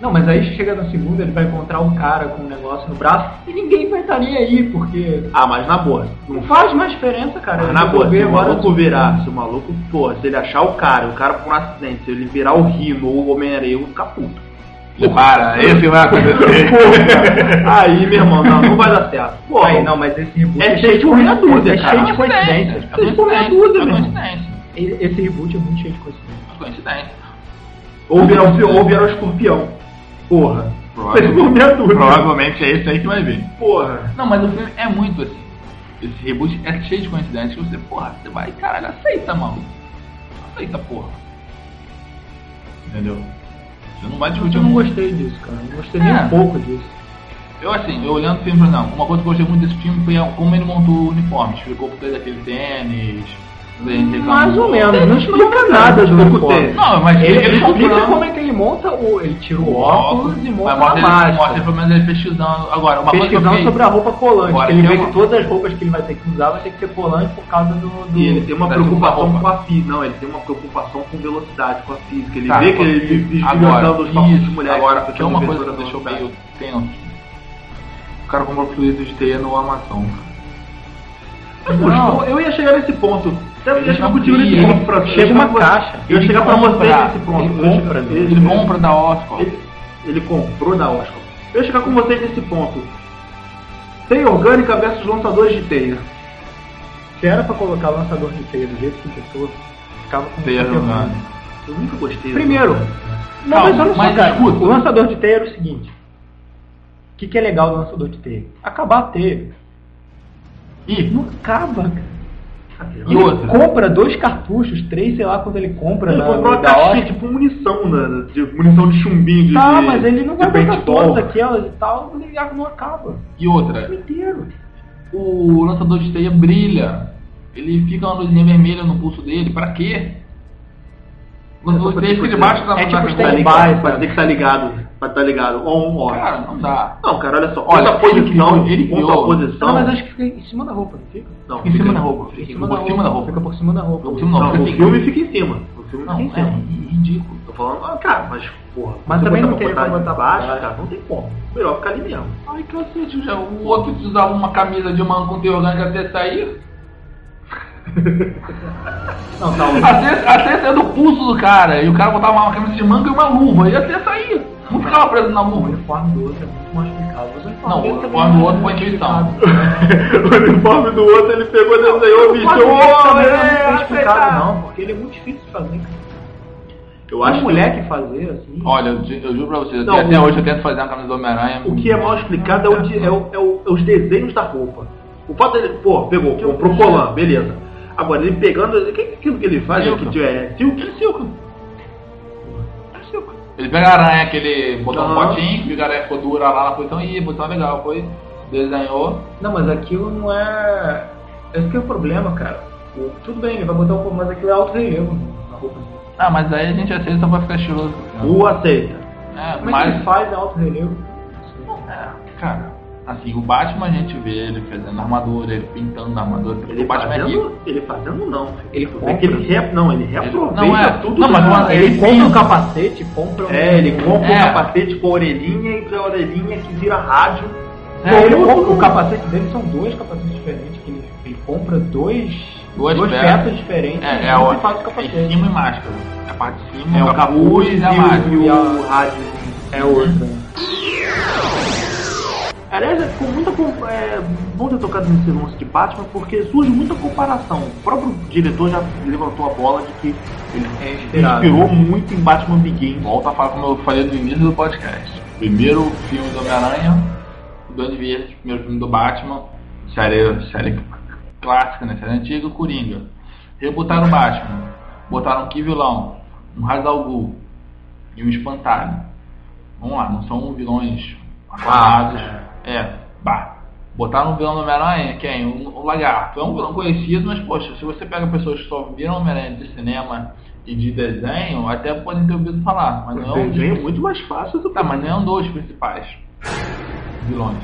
H: Não, mas aí chega na segunda, ele vai encontrar um cara com um negócio no braço e ninguém vai estar nem aí, porque
I: Ah, mas na boa. Ah,
H: não faz mais diferença, cara.
I: na boa, se
H: ver
I: o
H: agora.
I: maluco virar, se o maluco, pô, se ele achar o cara, o cara por um acidente, se ele virar o Rino ou o Homem-Aranha, eu vou ficar puto.
A: Para, esse vai acontecer.
I: Aí, meu irmão, não, não vai dar certo. Pô,
H: Aí, não, mas esse reboot
I: É cheio de correr dúvida,
H: é
I: cara.
H: cheio de coincidências.
A: É coincidência,
H: Porra, dúvida,
A: é
H: meu irmão.
A: coincidência.
H: E- Esse reboot é muito cheio de coincidências.
A: É coincidência.
I: Ou virar, o, ou virar o escorpião. Porra. Esse correr a dúvida.
A: Provavelmente é esse aí que vai vir.
I: Porra.
A: Não, mas o filme é muito assim. Esse reboot é cheio de coincidências que você, porra, você vai, caralho, aceita, mano. Aceita, porra. Entendeu? Você não vai discutir
H: Eu não
A: muito.
H: gostei disso, cara. Não gostei nem
A: É.
H: um pouco disso.
A: Eu, assim, eu olhando o filme, falei, não, uma coisa que eu gostei muito desse filme foi como ele montou o uniforme. Explicou por que daquele tênis. ele reclamou.
H: Mais ou menos, não explica nada do
I: pouco
H: uniforme.
I: tênis.
A: Não, mas
H: Ele, ele explica
A: comprou
H: como é que ele monta o. Ele tira o
A: o
H: óculos e
A: mas
H: monta a
A: mostra, ele, mostra
H: máscara.
A: pelo menos ele pesquisando. Agora, uma coisa que eu
H: Pesquisando
A: fiquei-
H: sobre a roupa colante.
A: Agora,
H: que ele
A: tem
H: vê
A: uma-
H: que todas as roupas que ele vai ter que usar vai ter que ser colante por causa do. do...
I: E ele tem uma
A: Tá
I: preocupação
A: roupa.
I: com a física. Não, ele tem uma preocupação com velocidade, com a física. Ele
A: Tá,
I: vê que
A: agora-
I: ele desviando
A: Agora,
I: os papos de
A: isso,
I: mulheres.
A: agora,
I: que
A: que é uma coisa que
I: eu
A: me deixou meio tenso. O cara comprou fluido de teia no Amazon.
H: Não.
I: Não. Eu ia chegar nesse ponto. Até eu ia chegar
A: não
I: contigo nesse
A: queria.
I: ponto, Fran. Eu ia
H: Chega uma
I: chegar pra-
H: caixa.
I: Eu ia
H: Ele
I: chegar pra você
H: compra-
I: nesse ponto.
H: ele
I: Eu ia chegar-
H: compra,
I: ele-
A: Ele compra da Oscar.
I: Ele, ele comprou da Oscar. Eu ia chegar com vocês nesse ponto. Teia orgânica versus lançadores de teia.
H: Se era pra colocar lançador de teia do jeito que pessoa ficava com
A: Teia
H: qualquer
A: jogada.
H: coisa.
I: Eu nunca gostei.
H: Primeiro, não,
A: Calma,
H: mas olha só,
A: mas
H: cara,
A: escuta.
H: o lançador de teia era o seguinte. O que, que é legal do lançador de teia? Acabar a teia.
A: Ih.
H: Não acaba, cara.
A: E
H: ele
A: outra?
H: compra dois cartuchos, três, sei lá quando ele compra
I: Ele
H: na,
I: comprou uma
H: da
I: caixinha
H: hora.
I: tipo munição, né? De munição de chumbinho. De,
H: Tá,
I: de-
H: mas ele não
I: de
H: vai botar
I: paintball.
H: todas aquelas e tal, não acaba.
A: E outra,
H: O inteiro.
A: o lançador de teia brilha. Ele fica uma luzinha vermelha no pulso dele. Pra quê? O
I: É,
A: lançador de teia fica debaixo da
H: É tipo
A: da-
H: stand-by, pra dizer que tá ligado. Pra estar ligado. On, on.
A: Cara, não dá.
H: Não, cara, olha só.
A: Olha,
H: Olha, coisa
A: ele
H: que não,
A: criou, ele
H: conta a
A: criou.
H: posição.
C: Não, mas acho que fica em cima da roupa, não fica?
H: Não,
A: Em
H: fica-
A: cima da roupa. Em
C: Fica
A: cima da roupa.
C: Fica por cima da roupa.
A: Por cima da
H: Não,
A: roupa.
H: o filme fica em cima. O filme
A: Não,
H: fica em
A: é
H: cima.
A: ridículo.
H: Tô falando, ah, cara, mas porra.
C: Mas
H: você
C: também
H: botar
C: não
H: pra
C: tem
H: botar
C: como botar
H: baixo,
C: baixo.
H: cara. Não tem como. Melhor ficar ali mesmo.
A: Ai, cacete, já. Ah, então é O outro que usava uma camisa de uma com teia orgânica até sair.
C: Não, tá, o-
A: Até, até saiu do pulso do cara. E o cara botava uma camisa de manga e uma luva. E até sair. Não ficava preso na
C: o
A: luva.
C: uniforme do outro é muito mais complicado. Mas o uniforme
A: Não,
C: dele
A: o
C: também
A: uniforme do outro foi
C: muito
A: intuição.
C: complicado.
H: o uniforme do outro ele pegou, desenhou,
C: Mas
H: vestiu.
C: o outro
H: Ô,
C: também
H: é,
C: não é
H: aceitável,
C: complicado,
H: não.
C: não, porque ele é muito difícil de fazer. cara.
H: Eu
C: Uma
H: acho
C: mulher que fazer, assim.
A: Olha, eu, ju- eu juro pra vocês,
H: Não,
A: até, até
H: o-
A: hoje eu tento fazer uma camisa do Homem-Aranha.
H: O que é mal explicado é, o de- é o- é o- é os desenhos da roupa. O fato dele, pô, pegou,
C: é
H: comprou colan, beleza. Agora ele pegando, o que é aquilo que ele faz?
A: Silco.
H: Que tio é silk? É silk.
A: Ele pega a aranha, aquele botou um
H: Aham.
A: potinho, viu que a aranha ficou dura lá na posição, e posição legal, foi, desenhou.
C: Não, mas aquilo não é. Esse que é o problema, cara. O- Tudo bem, ele vai botar o. Mas aquilo é alto relevo na roupa dele.
A: Ah, mas aí a gente aceita só pra ficar estiloso.
H: O aceita.
A: É,
C: Como é que
A: mas
C: ele faz alto relevo?
A: É, cara, assim, o Batman a gente vê ele fazendo armadura, ele pintando a armadura, porque
H: Ele
A: o Batman é rico.
H: fazendo, ele fazendo não. filho.
C: Ele
H: É que ele re, não, ele reaproveita
A: não, é.
H: tudo.
A: Não, mas
H: do-
A: uma-
H: ele
A: ele
H: compra o capacete.
C: capacete, compra um.
H: É, ele compra
A: É.
H: o capacete com a orelhinha e da orelhinha que vira rádio.
A: É,
C: ele
H: Todo
C: compra, o
H: mundo.
C: capacete dele são dois capacetes diferentes. Que ele, ele compra dois.
A: Duas
C: dois
A: peças.
C: peças diferentes.
A: É, é,
C: e
A: ó,
C: faz o
A: é
C: capacete.
A: cima e máscara. É a parte de cima,
H: É o capuz e
A: e a máscara.
H: o, e o
C: máscara.
H: rádio.
C: É outro.
H: Aliás, ficou muita com- é, bom ter tocado nesse lance de Batman, porque surge muita comparação. O próprio diretor já levantou a bola de que ele
C: É inspirado.
H: inspirou muito em Batman Begins.
A: Volta a falar como eu falei no início do podcast. Primeiro filme do Homem-Aranha, o Duende Verde, primeiro filme do Batman, série, série clássica, né? Série antiga, Coringa. Rebutaram o Batman. Botaram que vilão? Um Hazalgu e um Espantalho. Vamos lá, não são vilões aclamados.
H: Ah,
A: É, bah. Botaram um vilão do Homem-Aranha, quem? O, o Lagarto. É um vilão conhecido, mas, poxa, se você pega pessoas que só viram Homem-Aranha de cinema e de desenho, até podem ter ouvido falar. Mas não é um
H: desenho é muito mais fácil do que
A: Tá, mas não dos principais vilões.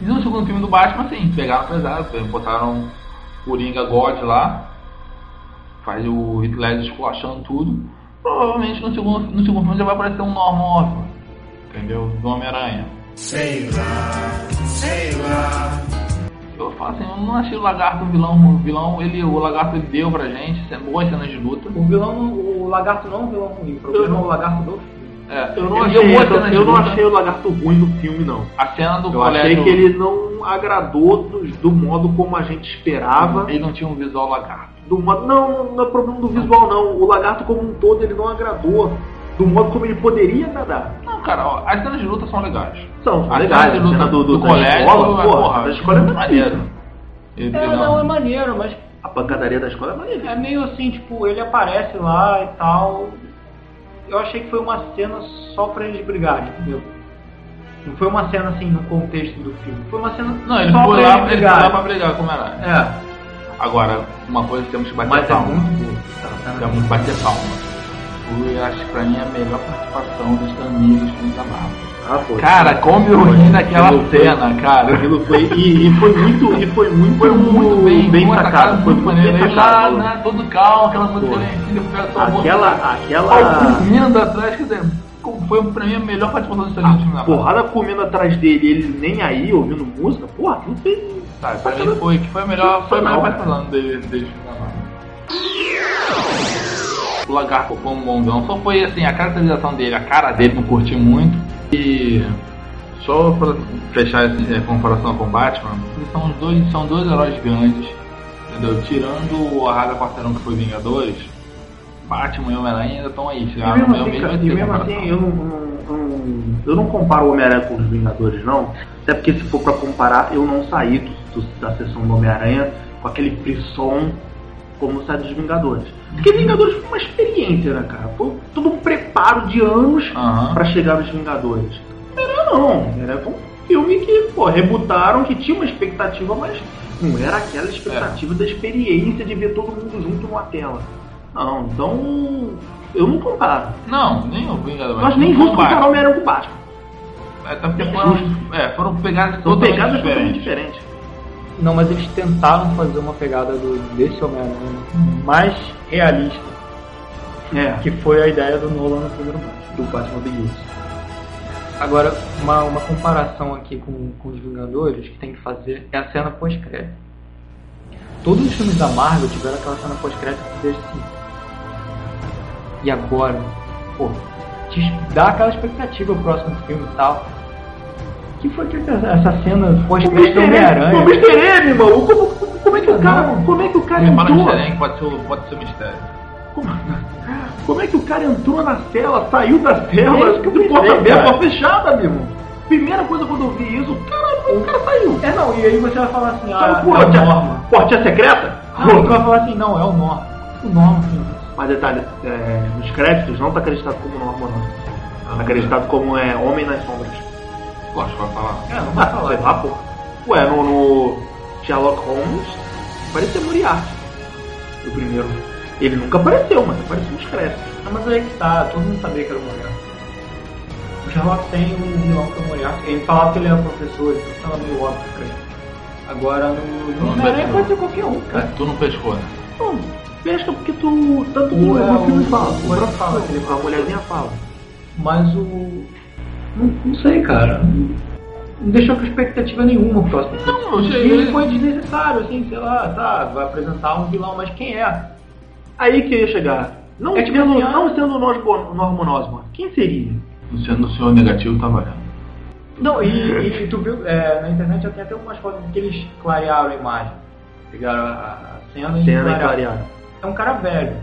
A: E no segundo filme do Batman, assim, pegaram pesado, botaram Coringa God lá, faz o Hitler esculachando tudo. Provavelmente no segundo, no segundo filme já vai aparecer um Norman Osborn, entendeu? Do Homem-Aranha. Eu falo assim, eu não achei o lagarto um vilão, o vilão, ele, o lagarto ele deu pra gente, cen- boas cenas de luta.
C: O vilão, não- o lagarto não é um vilão ruim. O problema é o lagarto do
A: É,
H: Eu não,
A: ele
H: achei,
A: deu boas
H: eu,
A: cenas de
H: eu não
A: luta.
H: achei o lagarto ruim no filme, não.
A: a cena do
H: Eu
A: colégio.
H: achei que ele não agradou do, do modo como a gente esperava.
A: ele não tinha um visual lagarto.
H: Do modo, não, não é problema do visual, não. O lagarto como um todo, ele não agradou. Do modo como ele poderia agradar.
A: Não, cara, ó, as cenas de luta são legais.
H: São, são
A: A
H: legais.
A: cena
H: A É cena do, do, da
A: colégio,
H: escola,
A: é,
H: porra, da escola é muito
A: maneiro.
H: maneiro.
A: Ele
C: É,
A: pegando-
C: não, é maneiro, mas
H: A pancadaria da escola é maneira.
C: é meio assim, tipo, ele aparece lá e tal. Eu achei que foi uma cena só pra eles brigarem, entendeu? Não foi uma cena assim no contexto do filme. Foi uma cena
A: Não, ele
C: só
A: foi, lá,
C: pra eles
A: ele foi lá
C: brigarem.
A: pra brigar com o Homem-Aranha.
C: É,
A: Agora, uma coisa que temos que bater
H: Mas é
A: palma.
H: muito boa.
A: Temos que bater palma. Foi, Eu acho que pra mim é a melhor participação dos amigos com da Marvel.
H: Ah, pô.
A: Cara, como eu ri naquela
H: Aquilo foi-
A: cena, cara.
H: Aquilo foi. E, e foi muito. E foi muito,
A: Foi muito bem, muito
H: sacado. Foi muito
A: maneiro.
H: bem
A: Ele lá,
H: sacado.
A: né, todo calmo, aquela música
H: Foi.
A: que ele pega sua mão,
H: Aquela.
A: Ó,
H: Ah.
A: o
H: Aquela.
A: comendo atrás, quer dizer, foi pra mim a melhor participação dos amigos com da Marvel.
H: Porrada comendo atrás dele, ele nem aí ouvindo música, porra, não tem.
A: Sabe, pra mim Tá, foi que foi a melhor, foi a melhor participação dele desde o Marvel. O Lagarto foi um bom vilão, só foi assim, a caracterização dele, a cara dele não curti muito. E só pra fechar essa comparação com o Batman, eles são os dois, são dois heróis grandes, entendeu? Tirando o Arrasa Quarteirão que foi Vingadores, Batman e Homem-Aranha ainda estão aí,
H: E
A: chegaram
H: mesmo
A: no meu
H: assim,
A: mesmo
H: cara,
A: ET
H: e mesmo
A: comparação.
H: assim eu, não, não- não- eu não comparo o Homem-Aranha com os Vingadores, não. Até porque se for pra comparar, eu não saí do- do- da sessão do Homem-Aranha com aquele frisson como sai dos Vingadores. Porque Vingadores foi uma experiência, né, cara? Foi todo um preparo de anos
A: Aham.
H: pra chegar nos Vingadores. Homem-Aranha não. Homem-Aranha foi um filme que
B: pô, rebutaram que tinha uma expectativa, mas não era aquela expectativa da experiência de ver todo mundo junto numa tela. Não, então eu não comparo.
A: Não, nem o Vingador.
B: Mas nem justo comparar o Homem-Aranha com o Batman.
A: Até porque foram, é, foram pegadas
B: São
A: totalmente
B: pegadas
A: diferentes.
B: totalmente diferentes.
H: Não, mas eles tentaram fazer uma pegada do, desse Homem-Aranha mais realista,
B: É,
H: que foi a ideia do Nolan no primeiro Batman.
B: do Batman Begins.
H: Agora, uma, uma comparação aqui com, com os Vingadores que tem que fazer é a cena pós-crédito. Todos os filmes da Marvel tiveram aquela cena pós-crédito que deixa assim. E agora, pô, te dá aquela expectativa pro próximo filme e tal. Que foi que essa, essa cena
B: O
H: pós-crédito do
B: Mr. M, o
H: Homem-Aranha?
B: Mr. M, irmão, como, como- como é que o cara,
H: Não.
B: como é que o cara
H: Hum,
A: Repara
B: entrou?
A: que Seren pode ser, pode ser um mistério.
B: Como, como é que o cara entrou na tela, saiu da tela,
H: É isso que eu
B: de porta
H: pensei,
B: aberta,
H: cara.
B: porta fechada, meu irmão? Primeira coisa quando eu vi isso, caralho, o cara saiu.
H: É não, e aí você vai falar assim, ah,
B: Sabe,
H: é o Norma.
B: portinha, portinha secreta?
H: Ah, você vai falar assim, não, é o Norma. O Norma, sim.
B: Mas detalhe, é, nos créditos não tá acreditado como norma, não. Tá acreditado como é Homem nas Sombras.
A: Gosto, vai falar.
H: É, não vai
B: Ah, sei
H: falar.
B: lá, pô. Ué, no, no Sherlock Holmes parecia Moriarty. O primeiro. Ele um nunca apareceu, mas apareceu nos créditos.
H: Ah, mas aí que tá, todo mundo sabia que era o Moriarty. O Sherlock tem um vilão que é o Moriarty. Ele falava que ele era professor, então tava meio óbvio, cara. Agora no.
A: Não,
H: No Homem-Aranha
A: não.
H: pode ser qualquer um, cara.
A: Tu não pescou, né?
B: Então, pesca porque tu.
H: tá
B: Tanto o,
H: Ué,
B: o filme
H: o-
B: fala.
H: o-
B: O próprio fala,
H: o-
B: que ele fala, a mulherzinha fala.
H: Mas o. Não, não sei, cara. Não deixou com expectativa nenhuma o próximo filme.
A: Não, eu
H: E ele
B: né?
A: cheguei.
H: foi desnecessário, assim, sei lá, tá, vai apresentar um vilão, mas quem é?
B: Aí que eu ia chegar. Não
H: É tipo
B: sendo,
H: assim, ah.
B: não sendo nós bo- Norman Osborn, quem seria?
A: Sendo o senhor negativo, tá valendo.
H: Não, e, e tu viu, é, na internet já tem até algumas fotos que eles clarearam a imagem. Pegaram a, a cena e
B: Cena e
H: clarearam.
B: clareada.
H: É um cara velho.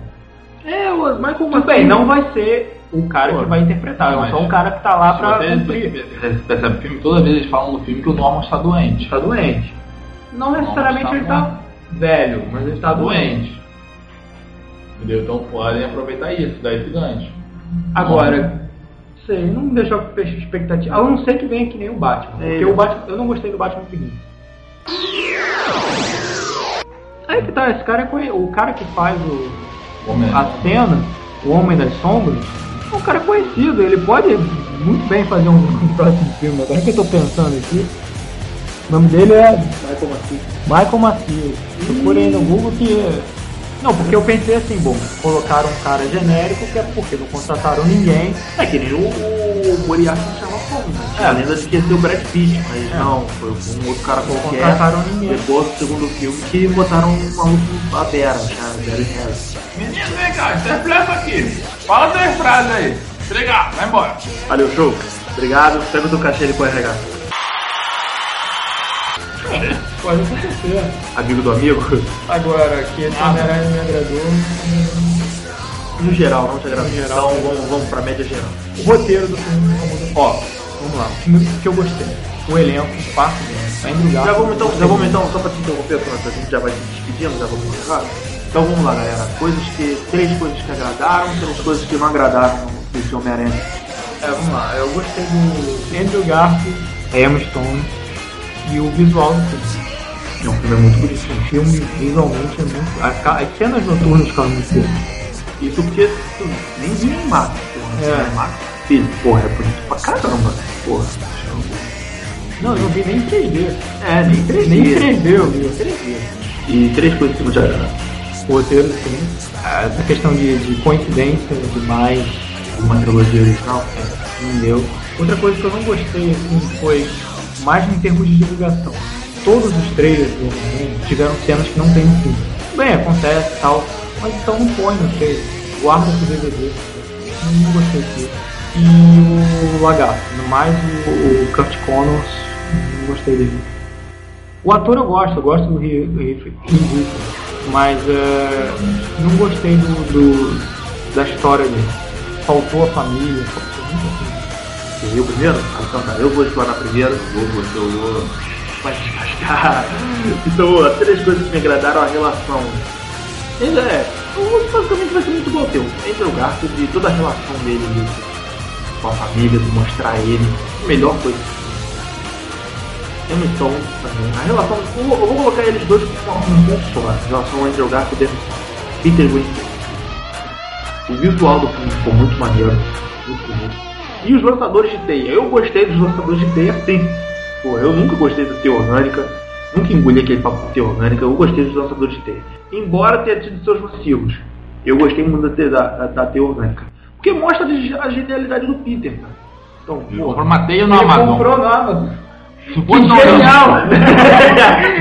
B: É, o Michael
H: Tudo bem, não vai ser o cara que vai interpretar, é
A: Mas-
H: só um cara que tá lá pra
A: Você
H: cumprir.
A: percebe, percebe o filme, toda vez eles falam no filme que o Norman está doente.
H: Tá doente. Não necessariamente
A: tá
H: ele tá velho, mas ele tá
A: Está
H: doente.
A: doente. Entendeu? Então podem aproveitar isso, daí tu ganha.
H: Agora, sei, não deixou expectativa. A não ser que venha que nem o Batman. né?
B: É.
H: Porque o Batman, eu não gostei do Batman Begins. Aí que tá, esse cara é conhe- o cara que faz o, a cena, o Homem das Sombras, é um cara conhecido, ele pode muito bem fazer um, um próximo filme. Agora que eu tô pensando aqui, o nome dele é
B: Michael Massey.
H: Michael Macias. Procura aí no Google que. é- Não, porque eu pensei assim, bom, colocaram um cara genérico que é porque não contrataram ninguém.
B: É que nem o, o Moriarty no Sherlock Holmes. né?
H: É.
B: A lenda de que ia ser o Brad Pitt, mas
H: É.
B: não, foi um outro cara qualquer.
H: Contrataram ninguém.
B: Depois do segundo filme que botaram um maluco a Vera, cara, Vera Harris.
A: Menino, vem cá, interpreta aqui. Fala três frases aí. Obrigado, vai embora.
B: Valeu, show. Obrigado. Pega o teu cachê ali pro RH.
H: Pode acontecer. Ah, tá.
B: Amigo do amigo.
H: Agora, é que esse Homem-Aranha me agradou.
B: No geral, não te agrada.
H: No geral,
B: Então
H: né?
B: vamos, vamos pra média geral.
H: O roteiro do filme me incomodou. Ó, vamos lá. O filme que eu gostei. O elenco, o tá passo dele. Andrew
B: Já
H: Garfield.
B: vamos então, já vamos então, só pra te interromper, França, a gente já vai se despedindo, já vamos encerrar. Então vamos lá, galera. Coisas que. Três coisas que agradaram, três coisas que não agradaram desse Homem-Aranha.
H: É, vamos lá. Eu gostei do Andrew Garfield, Emma Stone e o visual do filme.
B: É um filme muito bonito.
H: O filme visualmente é muito. a ca- As cenas noturnas ficaram muito boas.
B: Isso porque tu nem viu em mato.
H: É.
B: É. mato. Filho, porra, é bonito pra caramba. né? Porra. tá
H: Não, eu não vi nem em 3D.
B: É, nem 3D.
H: Nem em 3D eu vi.
B: E três coisas que não te agradaram.
H: O roteiro, sim. Essa questão de, de coincidência demais.
B: uma trilogia original.
H: é, Não deu. Outra coisa que eu não gostei assim, foi mais em termos de divulgação. Todos os trailers do Homem-Aranha tiveram cenas que não tem no filme. Bem, acontece e tal, mas então não põe no trailer. Guarda pro DVD. Não, não gostei disso. E o Lagarto, no mais o, o Kurt Connors, não gostei dele. O ator eu gosto, eu gosto do Heath Heath- Heath, mas eh, não gostei do, do- da história dele. Faltou a família, faltou muita coisa.
B: Você viu primeiro? Ah, Então tá, eu vou explorar primeiro. Vou, vou, então eu vou. Vai se cascar. Então, ó, três coisas que me agradaram a relação. Ele é. o- Basicamente vai ser muito igual ao teu. Entre o Garfield e toda a relação dele ali com a família, de mostrar ele. A melhor coisa.
H: Emma Stone também. A relação. Eu vou, eu vou colocar eles dois que formam um pouco só. A relação entre o Garfield e Peter Winston. O visual do filme ficou muito maneiro. Muito bonito. E os lançadores de teia. Eu gostei dos lançadores de teia sim. Pô, eu nunca gostei da teia orgânica. Nunca engoli aquele papo de teia orgânica. Eu gostei dos lançadores de teia. Embora tenha tido seus vacíos. Eu gostei muito da, da, da teia orgânica. Porque mostra a genialidade do Peter, cara. Então,
A: Comprou uma teia no Amazon.
J: comprou nada.
A: Suposto não
J: Genial!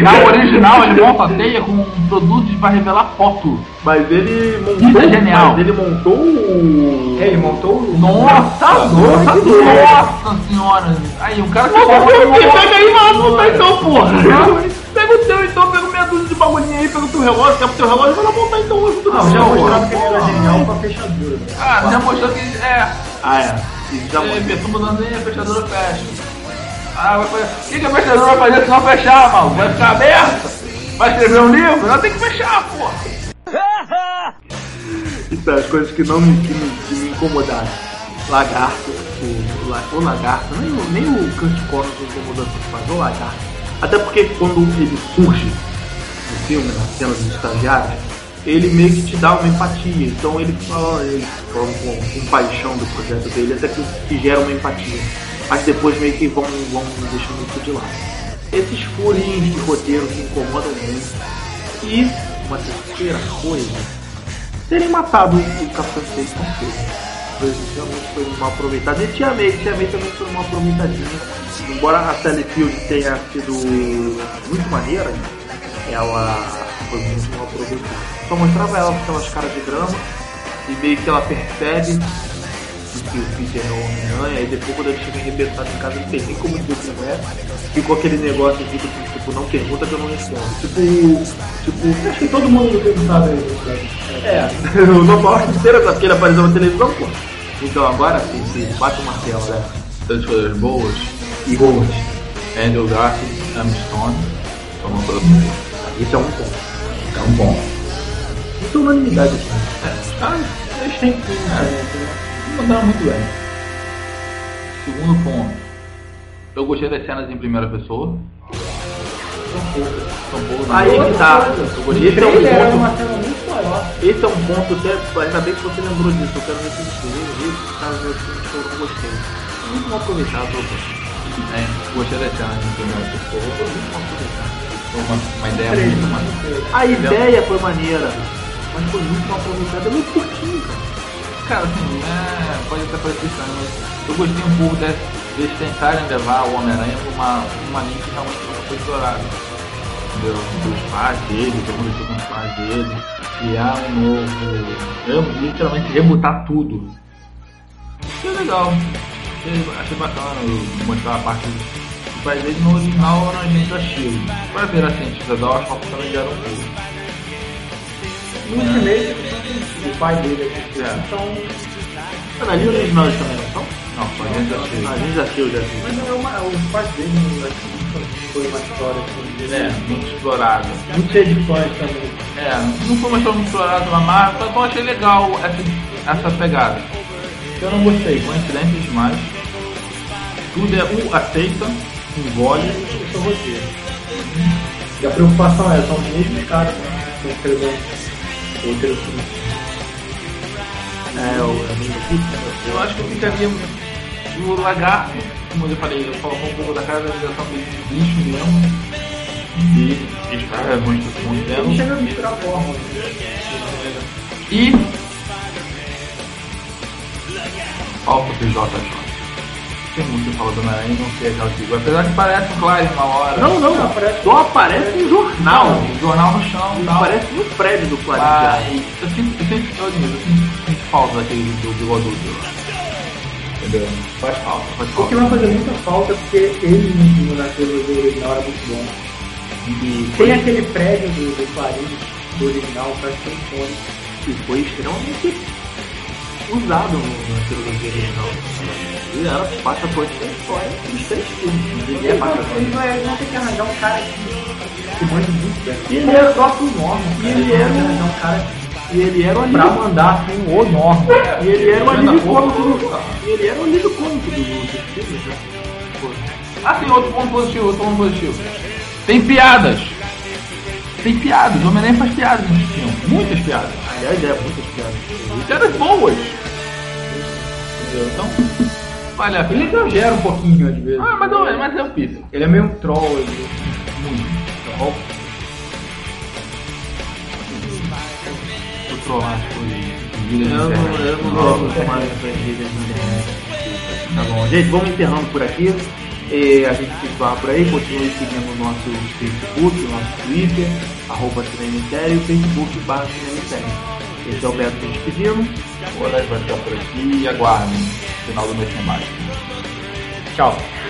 A: Na original ele monta a teia com um produto para revelar foto.
H: Mas ele
A: Isso
H: montou.
A: é genial.
H: Mas ele montou o.
J: É, Ele montou o.
A: Nossa, nossa, nossa senhora. Aí, um cara que
H: Pega
A: coloca no-
H: aí, maluco, tá então, porra!
A: Pega o teu então, pega meia dúzia de bagulhinho aí, pega o teu relógio, quer o teu relógio, vai lá montar então hoje tudo
C: Já
A: bem,
C: mostrava
A: porra.
C: que ele era genial com a fechadura.
A: Ah, já mostrou que é.
H: Ah, é. Isso já
A: É, tu mudando aí, a fechadura fecha. Ah, vai fazer. O que, que a fechadura vai fazer se não fechar, mal? Vai ficar aberta? Vai escrever um livro? Ela tem que fechar, porra.
H: Então, as coisas que não me, que me, que me incomodaram. Lagarto, o, o, la- o lagarto, nem, o- nem o Kurt Connors me incomodou tanto, mas o lagarto. Até porque quando ele surge no filme, na cena dos estagiários, ele meio que te dá uma empatia. Então ele fala, ele fala com, com paixão do projeto dele, até que, que gera uma empatia. Mas depois meio que vão, vão deixando isso de lado. Esses furinhos de roteiro que incomodam muito. E uma terceira coisa terem matado um o Capitão Stacy tão cedo. Pois isso realmente foi um mal aproveitado. E Tia May, Tia May também foi um mal aproveitadinha. Embora a Sally Field tenha sido muito maneira, ela foi muito mal aproveitada. Só mostrava ela com aquelas caras de drama e meio que ela percebe que o Peter é o Homem-Aranha, e depois quando ele chega arrebentado em casa, não tem nem como dizer que não é, ficou aquele negócio de tipo, tipo, não pergunta que eu não respondo. Tipo, tipo,
C: Acho que todo mundo do filme sabe isso, cara.
H: é, o normal é inteira porque ele apareceu na televisão, pô. Então agora sim, se bate o martelo, né?
A: Tantas coisas boas.
H: E boas.
A: Andrew Garfield, Amstone. Toma um pelo mundo.
H: Isso é um ponto.
A: Tá bom.
H: Isso é unanimidade aqui.
A: Ah, eles têm que. É, mandaram muito bem. Segundo ponto. Eu gostei das cenas em primeira pessoa. São poucas. São poucas.
H: Aí que tá. Esse é
C: Ele era
H: um ponto.
C: uma cena muito maior.
H: Esse é um ponto até. Ainda bem que você lembrou disso. Eu quero ver se você viu isso. Tá vendo filme que eu não gostei. Muito mal aproveitado, pô.
A: É, gostei das cenas em primeira pessoa.
H: Muito mal aproveitado.
A: Foi uma, uma ideia muito mais.
H: A ideia foi maneira, mas foi muito mal aproveitada. É muito curtinho, cara.
A: Cara, assim, é, pode até parecer estranho, mas eu gostei um pouco de, deles tentarem levar o Homem-Aranha pra uma, uma linha que realmente nunca foi explorada. Entendeu? Dos pais dele, que aconteceu com os pais dele, criar um novo. Eu, literalmente rebutar tudo. Isso é legal. Eu achei bacana eu mostrar a parte dos pais dele no original na gente da Chile. Pra ver assim, a cientista da Oxford também deram um pouco.
C: No ultimate, o pai dele aqui.
A: É.
C: Então,
H: Cara, ali originais também não são?
A: Não, só a gente da Chile.
H: A gente já assistiu, já assistiu.
C: mas é uma, os pais dele né? não foi uma história assim.
A: É, muito explorada.
C: Muito cheio de fãs também.
A: É, não foi uma show muito explorada na marca, mas eu achei legal essa, essa pegada. Eu não gostei, coincidente demais. Tudo é um aceita, engole.
C: Eu sou roteiro. E a preocupação é, são os mesmos caras que escreveram outro filme.
H: É, o amigo
A: Eu acho que eu ficaria no lagarto, como eu falei, eu falo um pouco da cara da direção de lixo mesmo. E espera muito muito
C: Ele
A: dela.
C: chega a misturar formas.
A: E. Falta o PJ Tem muito que falar do Homem-Aranha, não sei aquela figura. Apesar que parece um Clarim uma hora.
H: Não, não,
C: aparece-
H: só aparece no jornal.
A: Não, jornal no chão e tal.
H: Aparece no prédio do Clarim.
A: Mas eu sempre, eu sempre, eu admiro, eu sempre sinto falta daquele do bigodudo. Entendeu? Faz falta, faz
C: O que é
A: falta.
C: vai fazer muita falta porque ele no- na trilogia original era muito bom.
A: é E
C: Tem aquele prédio do, do Paris, do original, parece que tem fone.
H: E foi extremamente usado no- na trilogia original. E era passa por três histórias, os três filmes. Ele é passa por
C: Ele vai, vai ter que arranjar um cara que, que manja muito né? é bem.
H: E ele é era o próprio Norman.
C: E
H: cara.
C: ele vai arranjar um cara
H: é E ele era um o
C: pra
H: alívio.
C: mandar assim o norma.
H: E
A: é um
H: ele
A: Filha
H: era o
A: da
H: alívio
A: porra,
H: cômico do. E ele era o alívio cômico do- dos filmes, né? Pô,
A: Ah, tem outro ponto positivo, outro ponto positivo. Tem piadas. Tem piadas. O Homem-Aranha faz piadas nesse filme. Muitas piadas.
H: Aliás, é, muitas piadas.
A: E piadas boas. Entendeu? Então, vale a
K: Ele
A: pena.
K: exagera um pouquinho às vezes.
A: Ah, mas, não, mas é o Peter.
K: Ele é meio um troll. Ele... Muito troll.
A: O trollado foi...
L: Eu não, eu não gosto mais das gírias do
H: Tá bom, gente, vamos encerrando por aqui. Eh, a gente se fala por aí, continue seguindo o nosso Facebook, o nosso Twitter, arroba Cinemitério e Facebook barra Cinemitério. Esse é o Beto nos despedindo.
A: Agora vai ficar por aqui e aguardem. Final do mês tem mais.
H: Tchau.